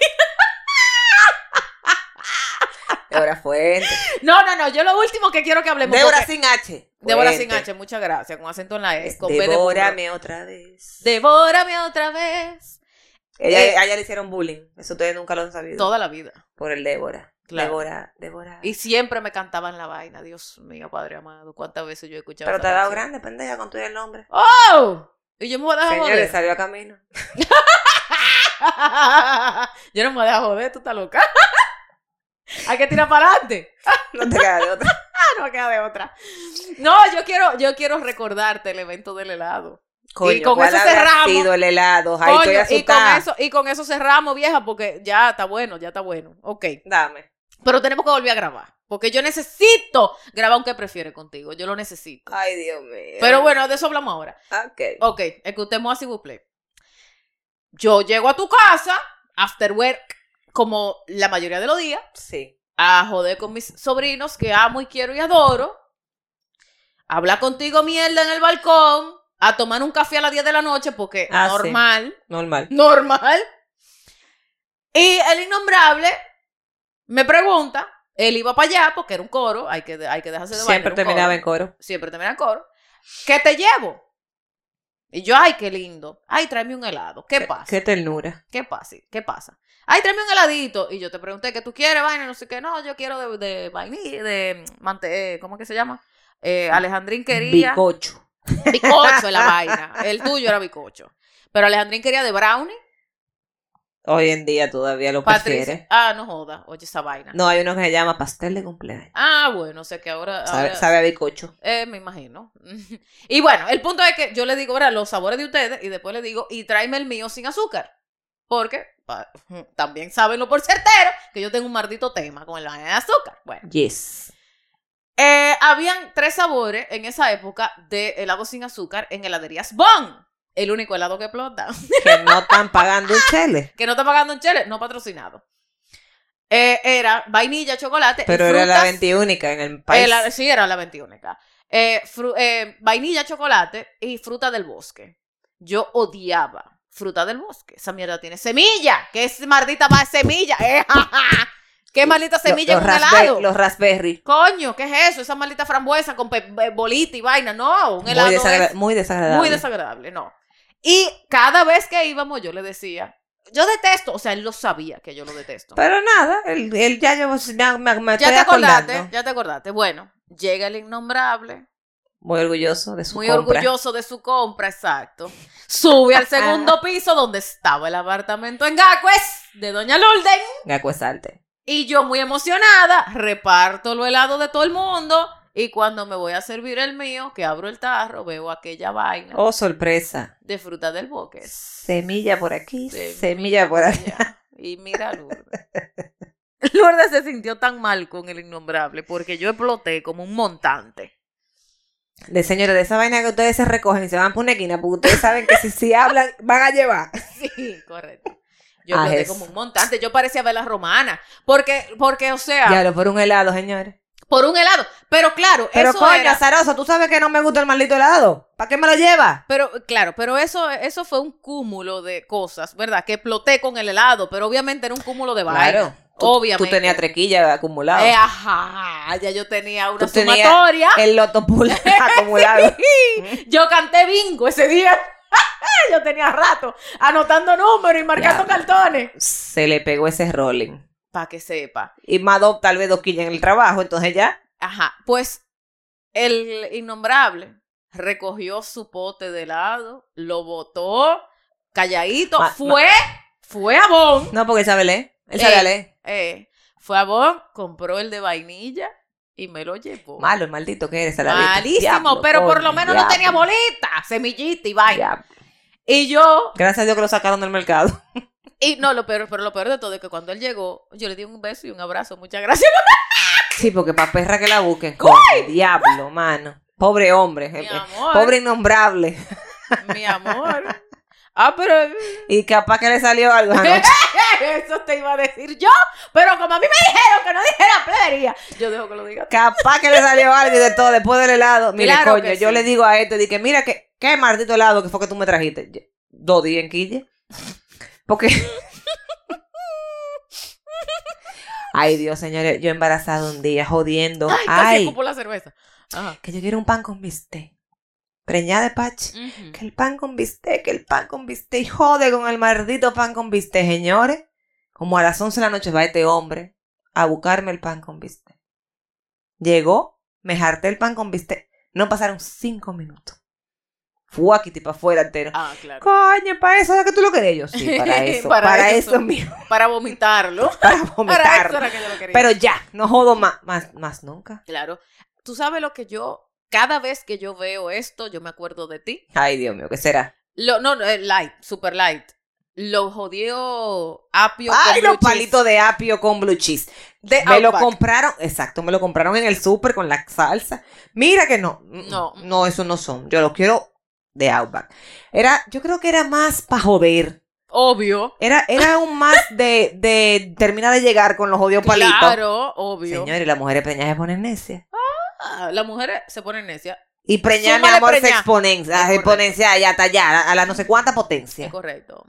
Speaker 3: Débora Fuente.
Speaker 2: No, no, no, yo lo último que quiero que hablemos.
Speaker 3: Débora
Speaker 2: porque-
Speaker 3: sin H.
Speaker 2: Débora
Speaker 3: Fuente.
Speaker 2: sin H, muchas gracias, con acento en la E, con B de burro.
Speaker 3: Devórame otra vez.
Speaker 2: Devórame otra vez.
Speaker 3: Ella,
Speaker 2: Eh.
Speaker 3: a ella le hicieron bullying. Eso ustedes nunca lo han sabido.
Speaker 2: Toda la vida.
Speaker 3: Por el Débora.
Speaker 2: Claro.
Speaker 3: Débora, Débora.
Speaker 2: Y siempre me cantaban la vaina, Dios mío, Padre amado, cuántas veces yo he escuchado
Speaker 3: Pero
Speaker 2: esa
Speaker 3: te ha dado
Speaker 2: canción.
Speaker 3: grande, pendeja, con todo el nombre.
Speaker 2: ¡Oh! Y yo me voy a dejar
Speaker 3: Señores,
Speaker 2: joder.
Speaker 3: salió a camino.
Speaker 2: yo no me voy a dejar joder, tú estás loca. Hay que tirar para adelante.
Speaker 3: No te queda de otra.
Speaker 2: Ah, no queda de otra. No, yo quiero, yo quiero recordarte el evento del helado. Y con
Speaker 3: ¿cuál
Speaker 2: eso
Speaker 3: habrá
Speaker 2: cerramos.
Speaker 3: sido el helado. Ahí
Speaker 2: Coño,
Speaker 3: estoy
Speaker 2: y con
Speaker 3: asustada.
Speaker 2: eso, y con eso cerramos, vieja, porque ya está bueno, ya está bueno. Ok.
Speaker 3: Dame.
Speaker 2: Pero tenemos que volver a grabar. Porque yo necesito grabar un que prefiere contigo. Yo lo necesito.
Speaker 3: Ay, Dios mío. Ah,
Speaker 2: Pero bueno, de eso hablamos ahora.
Speaker 3: Ok.
Speaker 2: Ok, escutemos así, buple. Yo llego a tu casa, after work, como la mayoría de los días,
Speaker 3: Sí.
Speaker 2: a joder con mis sobrinos que amo y quiero y adoro. a Hablar contigo mierda en el balcón, a tomar un café a las 10 de la noche, porque
Speaker 3: Ah, sí.
Speaker 2: normal,
Speaker 3: Normal.
Speaker 2: normal. Y el innombrable me pregunta, él iba para allá, porque era un coro, hay que, hay que dejarse de vaina,
Speaker 3: Siempre
Speaker 2: era un coro
Speaker 3: terminaba en coro.
Speaker 2: siempre termina en coro, ¿qué te llevo? Y yo, ay, qué lindo. Ay, tráeme un helado. ¿Qué pasa?
Speaker 3: Qué
Speaker 2: ¿Qué,
Speaker 3: ternura.
Speaker 2: pasa? ¿Qué pasa? Ay, tráeme un heladito. Y yo te pregunté, ¿qué tú quieres, vaina? No sé qué. No, yo quiero de, de vainilla, de mante... eh, ¿Cómo es que se llama? Eh, Alejandrín quería...
Speaker 3: Bicocho.
Speaker 2: Bicocho es la vaina. El tuyo era bicocho. Pero Alejandrín quería de brownie.
Speaker 3: Hoy en día todavía lo
Speaker 2: Patricia...
Speaker 3: prefiere.
Speaker 2: Ah, no joda. Oye, esa vaina.
Speaker 3: No, hay uno que se llama pastel de cumpleaños.
Speaker 2: Ah, bueno, sé que ahora...
Speaker 3: Sabe,
Speaker 2: ahora-
Speaker 3: sabe a bicocho.
Speaker 2: Eh, me imagino. y bueno, el punto es que yo le digo, ahora los sabores de ustedes y después le digo, y tráeme el mío sin azúcar. Porque pa- también sabenlo por certero que yo tengo un maldito tema con el vaina de azúcar. Bueno,
Speaker 3: Yes.
Speaker 2: eh, habían tres sabores en esa época de helado sin azúcar en heladerías Bon. El único helado que explota.
Speaker 3: Que no están pagando un chele.
Speaker 2: que no está pagando un chile, no patrocinado. Eh, era vainilla, chocolate. y
Speaker 3: Pero era la
Speaker 2: frutas.
Speaker 3: 21 en el país.
Speaker 2: Eh, la- sí, era la 21. Eh, fru- eh, vainilla, chocolate y fruta del bosque. Yo odiaba fruta del bosque. Esa mierda tiene semilla. ¿Qué es maldita va- semilla? Eh, ja, ja. ¿Qué maldita
Speaker 3: Lo-
Speaker 2: semilla
Speaker 3: los
Speaker 2: en un
Speaker 3: raspe-
Speaker 2: helado?
Speaker 3: Los raspberry.
Speaker 2: Coño, ¿qué es eso? Esa maldita frambuesa con pe- pe- bolita y vaina. No, un helado
Speaker 3: muy, desagra-
Speaker 2: es
Speaker 3: muy desagradable.
Speaker 2: muy desagradable, no. Y cada vez que íbamos yo le decía, yo detesto, o sea, él lo sabía que yo lo detesto.
Speaker 3: Pero nada, él, él ya llevó. Me, me- me
Speaker 2: ya
Speaker 3: estoy
Speaker 2: te acordaste,
Speaker 3: acordando.
Speaker 2: ya te acordaste. Bueno, llega el innombrable,
Speaker 3: Muy orgulloso de su
Speaker 2: Muy
Speaker 3: compra.
Speaker 2: orgulloso de su compra, exacto. Sube al segundo piso donde estaba el apartamento en Gacues de Doña Lulden.
Speaker 3: Gaco es arte.
Speaker 2: Y yo muy emocionada, reparto lo helado de todo el mundo. Y cuando me voy a servir el mío, que abro el tarro, veo aquella vaina
Speaker 3: Oh, sorpresa.
Speaker 2: de fruta del bosque.
Speaker 3: Semilla por aquí,
Speaker 2: Semilla.
Speaker 3: semilla, por allá.
Speaker 2: Ya. Y mira a Lourdes. Lourdes se sintió tan mal con el innombrable porque yo exploté como un montante.
Speaker 3: De señores, de esa vaina que ustedes se recogen y se van por una esquina, porque ustedes saben que si, si hablan, van a llevar.
Speaker 2: Sí, correcto. Yo
Speaker 3: Ah,
Speaker 2: exploté
Speaker 3: es.
Speaker 2: como un montante. Yo parecía vela romana. Porque, porque, o sea.
Speaker 3: Ya lo por un helado, señores.
Speaker 2: por un helado. Pero claro,
Speaker 3: Pero
Speaker 2: eso
Speaker 3: coño,
Speaker 2: era-
Speaker 3: azaroso, tú sabes que no me gusta el maldito helado. ¿Para qué me lo lleva?
Speaker 2: Pero claro, pero eso, eso fue un cúmulo de cosas, ¿verdad? Que exploté con el helado, pero obviamente era un cúmulo de vaina.
Speaker 3: Claro. Tú-
Speaker 2: obviamente.
Speaker 3: Tú tenías trequilla acumulado.
Speaker 2: Eh, ah. ajá, ya yo tenía una
Speaker 3: Tú tenías-
Speaker 2: sumatoria.
Speaker 3: El loto pula acumulado.
Speaker 2: Yo canté bingo ese día. yo tenía rato anotando números y marcando
Speaker 3: Diablo.
Speaker 2: cartones.
Speaker 3: Se le pegó ese rolling.
Speaker 2: Para que sepa.
Speaker 3: Y más dos, tal vez dos quillas en el trabajo, entonces ya.
Speaker 2: Ajá, pues el innombrable recogió su pote de helado, lo botó, calladito,
Speaker 3: Ma- ma-
Speaker 2: fue, fue a Bon.
Speaker 3: No, porque él sabe leer. Él
Speaker 2: Eh.
Speaker 3: sabe leer.
Speaker 2: Eh, fue a Bon, compró el de vainilla y me lo llevó.
Speaker 3: Malo, el maldito que eres. saladito.
Speaker 2: Malísimo,
Speaker 3: Diablo,
Speaker 2: pero por lo
Speaker 3: coño,
Speaker 2: menos no
Speaker 3: diablo,
Speaker 2: tenía bolita, semillita y vaina.
Speaker 3: diablo.
Speaker 2: Y yo,
Speaker 3: Gracias a Dios que lo sacaron del mercado.
Speaker 2: Y no, lo peor, pero lo peor de todo es que cuando él llegó, yo le di un beso y un abrazo. Muchas gracias.
Speaker 3: Sí, porque para perra que la busquen. coño, Diablo, mano. Pobre hombre.
Speaker 2: Mi
Speaker 3: eh,
Speaker 2: amor.
Speaker 3: Pobre innombrable.
Speaker 2: Mi amor. Ah, pero
Speaker 3: Y capaz que le salió algo Ah, anoche.
Speaker 2: eso te iba a decir yo. Pero como a mí me dijeron que no dijera plebería, yo dejo que lo diga.
Speaker 3: Capaz que le salió algo y de todo, después del helado. Mira,
Speaker 2: Claro
Speaker 3: coño,
Speaker 2: que
Speaker 3: yo
Speaker 2: sí.
Speaker 3: le digo a este, dije, mira, que, qué maldito helado que fue que tú me trajiste. Ye- Dos días en Quille. Porque... Ay, Dios, señores, yo embarazada un día, jodiendo.
Speaker 2: Ay, casi
Speaker 3: Ay,
Speaker 2: escupo la cerveza. Ajá.
Speaker 3: que yo quiero un pan con bistec. Preñada de pachi.
Speaker 2: Ujú.
Speaker 3: Que el pan con bistec, que el pan con bistec. Y jode con el maldito pan con bistec, señores. Como a las 11 de la noche va este hombre a buscarme el pan con bistec. Llegó, me jarté el pan con bistec. No pasaron 5 minutos. Fue aquí, tipo, afuera entero.
Speaker 2: Ah, claro.
Speaker 3: Coño, para eso era que tú lo querías. Yo, sí, para eso. para,
Speaker 2: Para
Speaker 3: eso,
Speaker 2: eso.
Speaker 3: mío.
Speaker 2: Para vomitarlo.
Speaker 3: Para
Speaker 2: Para eso
Speaker 3: vomitar.
Speaker 2: era que yo lo quería.
Speaker 3: Pero ya, no jodo más, más, más nunca.
Speaker 2: Claro. Tú sabes lo que yo, cada vez que yo veo esto, yo me acuerdo de ti.
Speaker 3: Ay, Dios mío, ¿qué será?
Speaker 2: Lo, no, no, eh, light, super light. Lo jodió apio.
Speaker 3: Ay,
Speaker 2: con blue cheese
Speaker 3: los palitos de apio con blue cheese. ah,
Speaker 2: de
Speaker 3: Me lo
Speaker 2: Outback.
Speaker 3: compraron, exacto, me lo compraron en el súper con la salsa. Mira que no, no,
Speaker 2: No.
Speaker 3: no, esos no son. Yo los quiero de Outback. Era, yo creo que era más para joder.
Speaker 2: Obvio.
Speaker 3: Era, era un más de, de terminar de llegar con los odios palitos.
Speaker 2: Claro, obvio.
Speaker 3: Señores, las mujeres preñadas se ponen necias.
Speaker 2: Ah, las mujeres se ponen necias.
Speaker 3: Y preñar, mi
Speaker 2: Súmale
Speaker 3: amor, se
Speaker 2: preñar.
Speaker 3: exponencia, se
Speaker 2: correcto.
Speaker 3: exponencia y hasta allá, a la no sé cuánta
Speaker 2: Es
Speaker 3: potencia.
Speaker 2: correcto.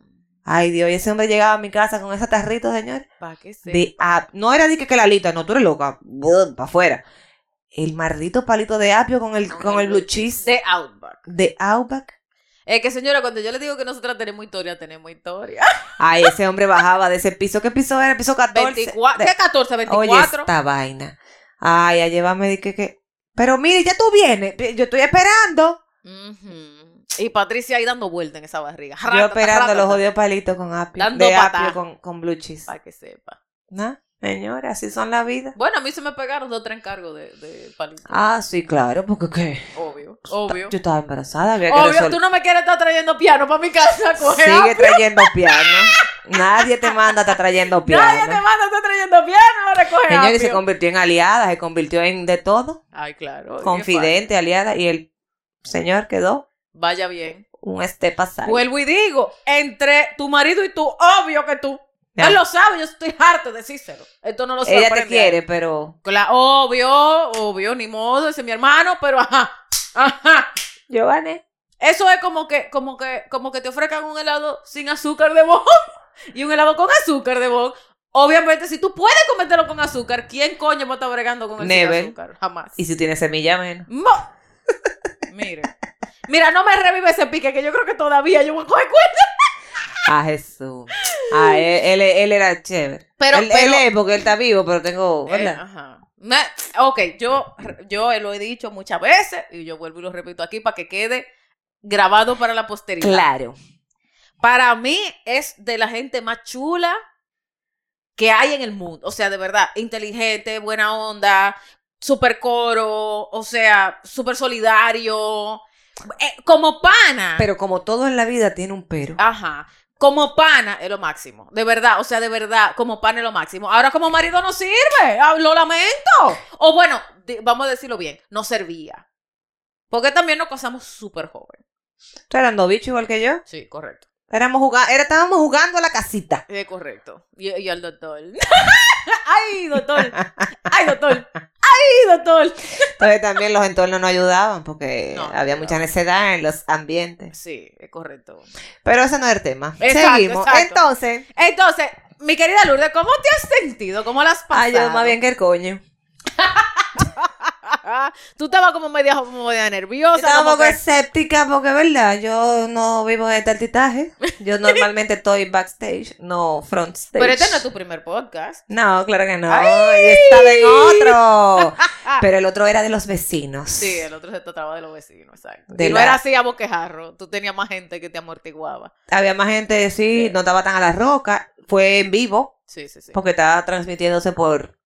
Speaker 3: Ay, Dios, y ese hombre llegaba a mi casa con ese tarrito, señor.
Speaker 2: Para que se.
Speaker 3: de ap- No era de que, que la lita, no, tú eres loca. Para afuera. El maldito palito de apio con el, con el blue cheese de,
Speaker 2: de Outback.
Speaker 3: Outback.
Speaker 2: Es que, señora, cuando yo le digo que nosotras tenemos historia, tenemos historia.
Speaker 3: Ay, ese hombre bajaba de ese piso. ¿Qué piso era? Piso 14.
Speaker 2: 24,
Speaker 3: De-
Speaker 2: ¿Qué 14?
Speaker 3: Oye,
Speaker 2: 24.
Speaker 3: esta vaina. Ay, a llevarme de que, que. Pero mire, ya tú vienes. Yo estoy esperando.
Speaker 2: Ujú. Y Patricia ahí dando vuelta en esa barriga.
Speaker 3: Yo
Speaker 2: Ratata,
Speaker 3: esperando los
Speaker 2: ratata.
Speaker 3: jodidos palitos con apio.
Speaker 2: Dando
Speaker 3: De
Speaker 2: patá.
Speaker 3: apio con, con blue cheese.
Speaker 2: Para que sepa.
Speaker 3: ¿No? Señora, así son la vida.
Speaker 2: Bueno, a mí se me pegaron dos tres cargos de, de palito.
Speaker 3: Ah, sí, claro, porque qué.
Speaker 2: Obvio, obvio.
Speaker 3: Yo estaba embarazada, había que
Speaker 2: Obvio,
Speaker 3: resolver.
Speaker 2: tú no me quieres estar trayendo piano para mi casa, coge.
Speaker 3: Sigue
Speaker 2: apio.
Speaker 3: trayendo piano. Nadie te manda, está trayendo
Speaker 2: Nadie te
Speaker 3: piano.
Speaker 2: manda a estar trayendo piano, ahora coge.
Speaker 3: Señores, se
Speaker 2: apio.
Speaker 3: convirtió en aliada, se convirtió en de todo,
Speaker 2: Ay, claro. qué
Speaker 3: confidente, aliada, y el señor quedó
Speaker 2: fácil. Vaya bien.
Speaker 3: un este pasado.
Speaker 2: Vuelvo y digo, entre tu marido y tú, obvio que tú.
Speaker 3: Ya.
Speaker 2: Él lo sabe, yo estoy harto de decírselo. Esto no lo sabe.
Speaker 3: Ella te quiere, pero
Speaker 2: obvio, obvio, ni modo, ese es mi hermano, pero ajá, ajá.
Speaker 3: yo gané.
Speaker 2: Eso es como que, como que, como que te ofrezcan un helado sin azúcar de bog y un helado con azúcar de bog. Obviamente, si tú puedes comértelo con azúcar, ¿quién coño va a estar bregando con el sin
Speaker 3: Never.
Speaker 2: azúcar? Jamás.
Speaker 3: Y si tiene semilla menos.
Speaker 2: Mo- Mire. Mira, no me revive ese pique, que yo creo que todavía yo voy a coger cuenta.
Speaker 3: Ah, Jesús. Ah, él, él, él era chévere.
Speaker 2: Pero-
Speaker 3: él,
Speaker 2: pero-
Speaker 3: él es porque él está vivo, pero tengo.
Speaker 2: Eh,
Speaker 3: ¿verdad?
Speaker 2: ajá. Me- ok, yo, yo lo he dicho muchas veces y yo vuelvo y lo repito aquí para que quede grabado para la posteridad.
Speaker 3: claro.
Speaker 2: Para mí es de la gente más chula que hay en el mundo. O sea, de verdad, inteligente, buena onda, súper coro, o sea, súper solidario. Eh, como pana.
Speaker 3: Pero como todo en la vida tiene un pero.
Speaker 2: Ajá. Como pana es lo máximo. De verdad, o sea, de verdad, como pana es lo máximo. Ahora como marido no sirve. ah, Lo lamento. O bueno, di- vamos a decirlo bien, no servía. Porque también nos casamos súper joven.
Speaker 3: Tú eras novicho igual que yo.
Speaker 2: Sí, correcto.
Speaker 3: Éramos jugando, era, estábamos jugando a la casita.
Speaker 2: Eh, correcto. Y, y al doctor. Ay, doctor. Ay, doctor. Ay, doctor.
Speaker 3: Entonces también los entornos no ayudaban porque
Speaker 2: No, no
Speaker 3: había
Speaker 2: ayudaban.
Speaker 3: mucha necesidad en los ambientes.
Speaker 2: Sí, es correcto.
Speaker 3: Pero ese no es el tema.
Speaker 2: Exacto,
Speaker 3: Seguimos.
Speaker 2: exacto.
Speaker 3: Entonces,
Speaker 2: Entonces, mi querida Lourdes, ¿cómo te has sentido? ¿Cómo las pasado?
Speaker 3: ay, yo más bien que el coño.
Speaker 2: Tú estabas como media, como media nerviosa.
Speaker 3: Estaba un
Speaker 2: como
Speaker 3: poco
Speaker 2: que-
Speaker 3: escéptica porque, verdad, yo no vivo de tartitaje. Yo normalmente estoy backstage, no front stage.
Speaker 2: Pero este no es tu primer podcast.
Speaker 3: No, claro que no.
Speaker 2: ¡Ay!
Speaker 3: Y estaba en otro. Pero el otro era de los vecinos.
Speaker 2: Sí, el otro se trataba de los vecinos, exacto.
Speaker 3: De
Speaker 2: y no
Speaker 3: la-
Speaker 2: era así a boquejarro. Tú tenías más gente que te amortiguaba.
Speaker 3: Había más gente, sí,
Speaker 2: Sí.
Speaker 3: no estaba tan a la roca. Fue en vivo.
Speaker 2: Sí, sí, sí.
Speaker 3: porque estaba transmitiéndose por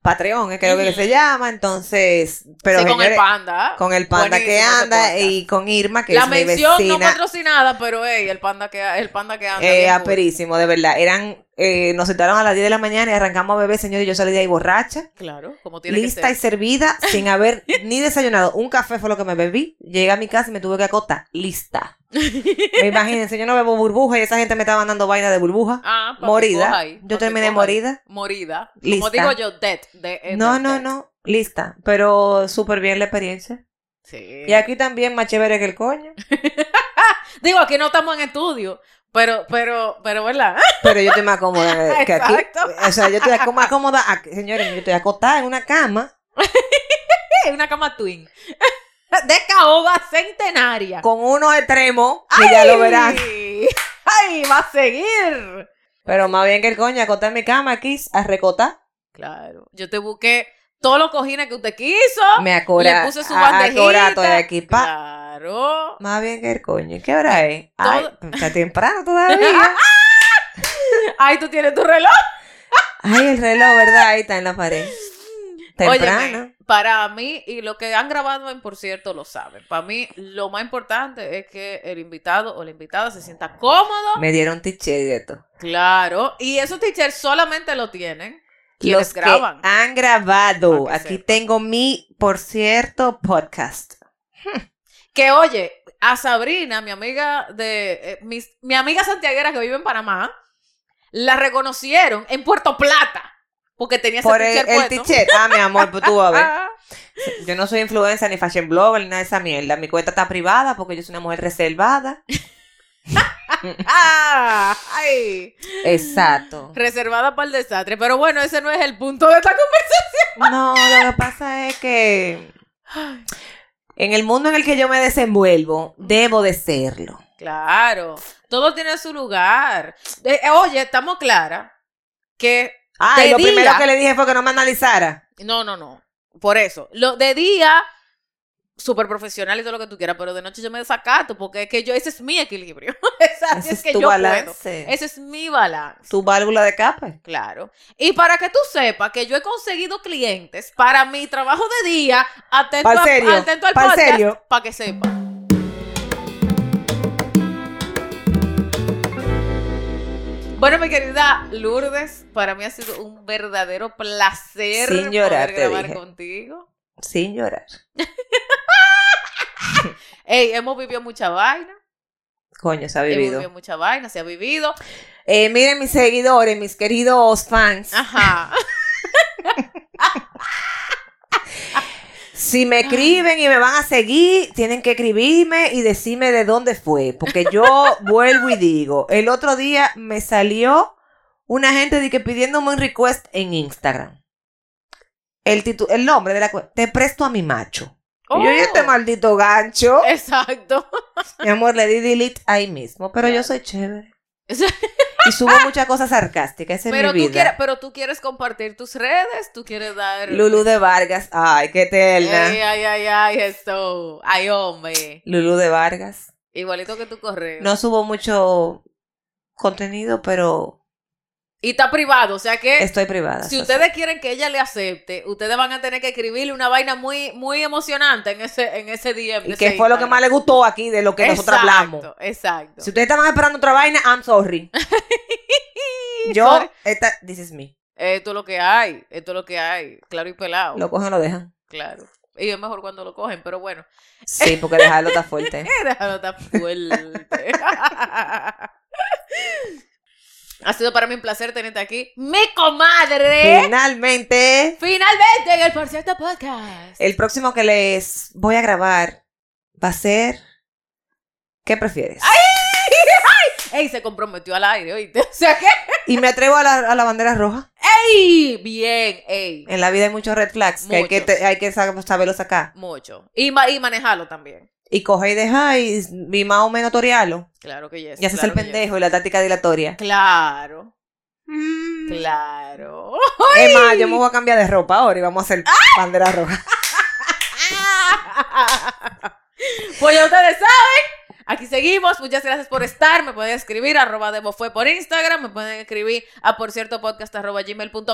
Speaker 3: Patreon, es que es lo que
Speaker 2: Ujú.
Speaker 3: se llama, entonces, pero
Speaker 2: Sí, con el
Speaker 3: señores,
Speaker 2: panda.
Speaker 3: con el panda que
Speaker 2: Buenísimo ese
Speaker 3: anda
Speaker 2: podcast.
Speaker 3: y con Irma, que
Speaker 2: La
Speaker 3: es mi
Speaker 2: mención no
Speaker 3: vecina,
Speaker 2: patrocinada, pero ey, el panda que, el panda que anda.
Speaker 3: eh,
Speaker 2: bien
Speaker 3: aperísimo, de verdad, eran, eh, nos sentaron a las 10 de la mañana y arrancamos a beber, señores, yo salí de ahí borracha,
Speaker 2: cool. Claro, como tiene
Speaker 3: lista
Speaker 2: que
Speaker 3: y
Speaker 2: ser.
Speaker 3: servida, sin haber ni desayunado, un café fue lo que me bebí, llegué a mi casa y me tuve que acotar, lista, me imagínense, yo no bebo burbuja y esa gente me estaba dando vaina de burbuja,
Speaker 2: Ah, pa' que
Speaker 3: morida,
Speaker 2: coja ahí, pa'
Speaker 3: yo
Speaker 2: que
Speaker 3: terminé
Speaker 2: coja ahí.
Speaker 3: morida,
Speaker 2: Morida.
Speaker 3: Lista.
Speaker 2: Como digo yo, dead. de- eh,
Speaker 3: no,
Speaker 2: dead,
Speaker 3: no,
Speaker 2: dead.
Speaker 3: no, lista, pero súper bien la experiencia.
Speaker 2: Sí.
Speaker 3: Y aquí también más chévere que el coño.
Speaker 2: Digo, aquí no estamos en estudio, pero, pero, pero, ¿verdad?
Speaker 3: Pero yo estoy más cómoda que aquí.
Speaker 2: Exacto.
Speaker 3: O sea, yo estoy ac- más cómoda. aquí- Señores, yo estoy acostada en una cama
Speaker 2: Hay una cama twin. De caoba centenaria.
Speaker 3: con unos extremos que ya lo verán.
Speaker 2: ¡Ay! ¡Va a seguir!
Speaker 3: Pero más bien que el coño, acostar en mi cama aquí, a recotar.
Speaker 2: Claro. Yo te busqué todos los cojines que usted quiso.
Speaker 3: Me acora.
Speaker 2: Le puse su
Speaker 3: a-
Speaker 2: bandejita.
Speaker 3: acora todo de aquí, pa.
Speaker 2: Claro.
Speaker 3: Más bien que el coño. ¿Y ¿Qué hora es? Ay,
Speaker 2: Todo-
Speaker 3: está temprano todavía.
Speaker 2: Ay, tú tienes tu reloj.
Speaker 3: Ay, el reloj, ¿verdad? Ahí está en la pared. Temprano.
Speaker 2: Óyeme, para mí, y lo que han grabado en por cierto lo saben. Para mí, lo más importante es que el invitado o la invitada se sienta cómodo.
Speaker 3: Me dieron tiche de esto.
Speaker 2: Claro. Y esos teachers solamente lo tienen quienes
Speaker 3: Los
Speaker 2: graban. Ah,
Speaker 3: que han grabado.
Speaker 2: Para que
Speaker 3: Aquí
Speaker 2: sepa.
Speaker 3: tengo mi, por cierto, podcast.
Speaker 2: Que oye, a Sabrina, mi amiga de eh, mis- mi amiga santiaguera que vive en Panamá, la reconocieron en Puerto Plata porque tenía ese
Speaker 3: Por el,
Speaker 2: teacher
Speaker 3: el
Speaker 2: puesto.
Speaker 3: t-shirt. Ah, mi amor, pues tú vas a
Speaker 2: Ah,
Speaker 3: ver. Yo no soy influencer ni fashion blogger ni nada de esa mierda. Mi cuenta está privada porque yo soy una mujer reservada.
Speaker 2: ah, ay,
Speaker 3: Exacto.
Speaker 2: reservada para el desastre. Pero bueno, ese no es el punto de esta conversación.
Speaker 3: No, lo que pasa es que en el mundo en el que yo me desenvuelvo, debo de serlo.
Speaker 2: Claro, todo tiene su lugar. Eh, eh, oye, estamos claras que
Speaker 3: Ah, y
Speaker 2: De
Speaker 3: lo
Speaker 2: día.
Speaker 3: primero que le dije fue que no me analizara.
Speaker 2: No, no, no. Por eso. Lo de día, súper profesional y todo lo que tú quieras, pero de noche yo me desacato porque es que yo, ese es mi equilibrio. Esa- así
Speaker 3: Ese
Speaker 2: es
Speaker 3: es
Speaker 2: que
Speaker 3: tu
Speaker 2: yo
Speaker 3: balance.
Speaker 2: puedo. Ese es mi balance.
Speaker 3: Tu válvula de capa.
Speaker 2: Claro. Y para que tú sepas que yo he conseguido clientes para mi trabajo de día, atento,
Speaker 3: Pa'l
Speaker 2: a-
Speaker 3: serio,
Speaker 2: atento al
Speaker 3: pa'l
Speaker 2: podcast,
Speaker 3: serio.
Speaker 2: para que sepan. Bueno, mi querida Lourdes, para mí ha sido un verdadero placer
Speaker 3: Sin llorar,
Speaker 2: poder
Speaker 3: te
Speaker 2: grabar
Speaker 3: dije.
Speaker 2: contigo.
Speaker 3: Sin llorar.
Speaker 2: Ey, hemos vivido mucha vaina,
Speaker 3: Coño, se ha
Speaker 2: hemos
Speaker 3: vivido.
Speaker 2: vivido mucha vaina, se ha vivido.
Speaker 3: Eh, miren mis seguidores, mis queridos fans.
Speaker 2: Ajá.
Speaker 3: Si me escriben y me van a seguir, tienen que escribirme y decirme de dónde fue. Porque yo vuelvo y digo, el otro día me salió una gente de que pidiéndome un request en Instagram. El, titu- el nombre de la cuenta. Te presto a mi macho. Y yo,
Speaker 2: Oh,
Speaker 3: "¿Y este maldito gancho.
Speaker 2: Exacto.
Speaker 3: Mi amor, le di delete ahí mismo. Pero yo soy chévere. Y subo muchas cosas sarcásticas. Esa es
Speaker 2: Pero
Speaker 3: mi
Speaker 2: tú,
Speaker 3: vida.
Speaker 2: quieres, pero tú quieres compartir tus redes, tú quieres dar...
Speaker 3: Lulu de Vargas. Ay, qué terna.
Speaker 2: Ay, ay, ay, ay, eso. Ay, hombre.
Speaker 3: Lulu de Vargas.
Speaker 2: Igualito que tu correo.
Speaker 3: No subo mucho contenido, pero
Speaker 2: Y está privado, o sea que
Speaker 3: estoy privada.
Speaker 2: si
Speaker 3: eso
Speaker 2: ustedes quieren que ella le acepte, ustedes van a tener que escribirle una vaina muy muy emocionante en ese en ese DM.
Speaker 3: sí.
Speaker 2: de
Speaker 3: Y que
Speaker 2: ese
Speaker 3: fue lo que
Speaker 2: Instagram.
Speaker 3: más le gustó aquí de lo que nosotros
Speaker 2: Exacto,
Speaker 3: hablamos.
Speaker 2: Exacto.
Speaker 3: Si ustedes estaban esperando otra vaina, I'm sorry. Yo,
Speaker 2: Sorry.
Speaker 3: esta, this is me.
Speaker 2: Eh, Esto es lo que hay, esto es lo que hay, claro y pelado,
Speaker 3: Lo cogen, lo dejan.
Speaker 2: claro. Y es mejor cuando lo cogen, pero bueno,
Speaker 3: Sí, porque dejarlo está fuerte.
Speaker 2: déjalo estar fuerte. ha sido para mí un placer tenerte aquí, mi comadre.
Speaker 3: Finalmente,
Speaker 2: Finalmente en el Por Cierto Podcast.
Speaker 3: el próximo que les voy a grabar va a ser. ¿Qué prefieres?
Speaker 2: Ey, se comprometió al aire, oíste. O sea que.
Speaker 3: Y me atrevo a la, a la bandera roja.
Speaker 2: ¡Ey! Bien, ey.
Speaker 3: En la vida hay muchos red flags que hay que,
Speaker 2: Muchos.
Speaker 3: te- hay que sa- saberlo sacar.
Speaker 2: Mucho. Y, ma- y manejarlo también.
Speaker 3: Y coge y deja y, y más o menos torealo.
Speaker 2: Claro que yes.
Speaker 3: Y haces
Speaker 2: claro
Speaker 3: el
Speaker 2: que yes.
Speaker 3: pendejo y la táctica dilatoria.
Speaker 2: Claro. Claro.
Speaker 3: Es más, yo me voy a cambiar de ropa ahora y vamos a hacer bandera roja.
Speaker 2: pues ya ustedes saben. Aquí seguimos. Muchas gracias por estar. Me pueden escribir arroba demofue por Instagram. Me pueden escribir a por cierto podcast arroba gmail.com.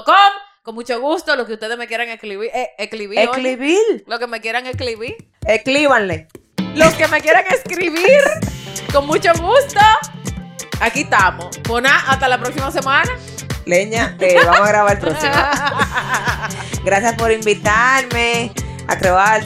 Speaker 2: Con mucho gusto, lo que ustedes me quieran escribir. eh, escribir oye.
Speaker 3: Escribir.
Speaker 2: Lo que me quieran escribir.
Speaker 3: Escríbanle.
Speaker 2: Los que me quieran escribir. Con mucho gusto. Aquí estamos. Pues nada, hasta la próxima semana.
Speaker 3: Leña, te vamos a grabar el próximo. Gracias por invitarme a crear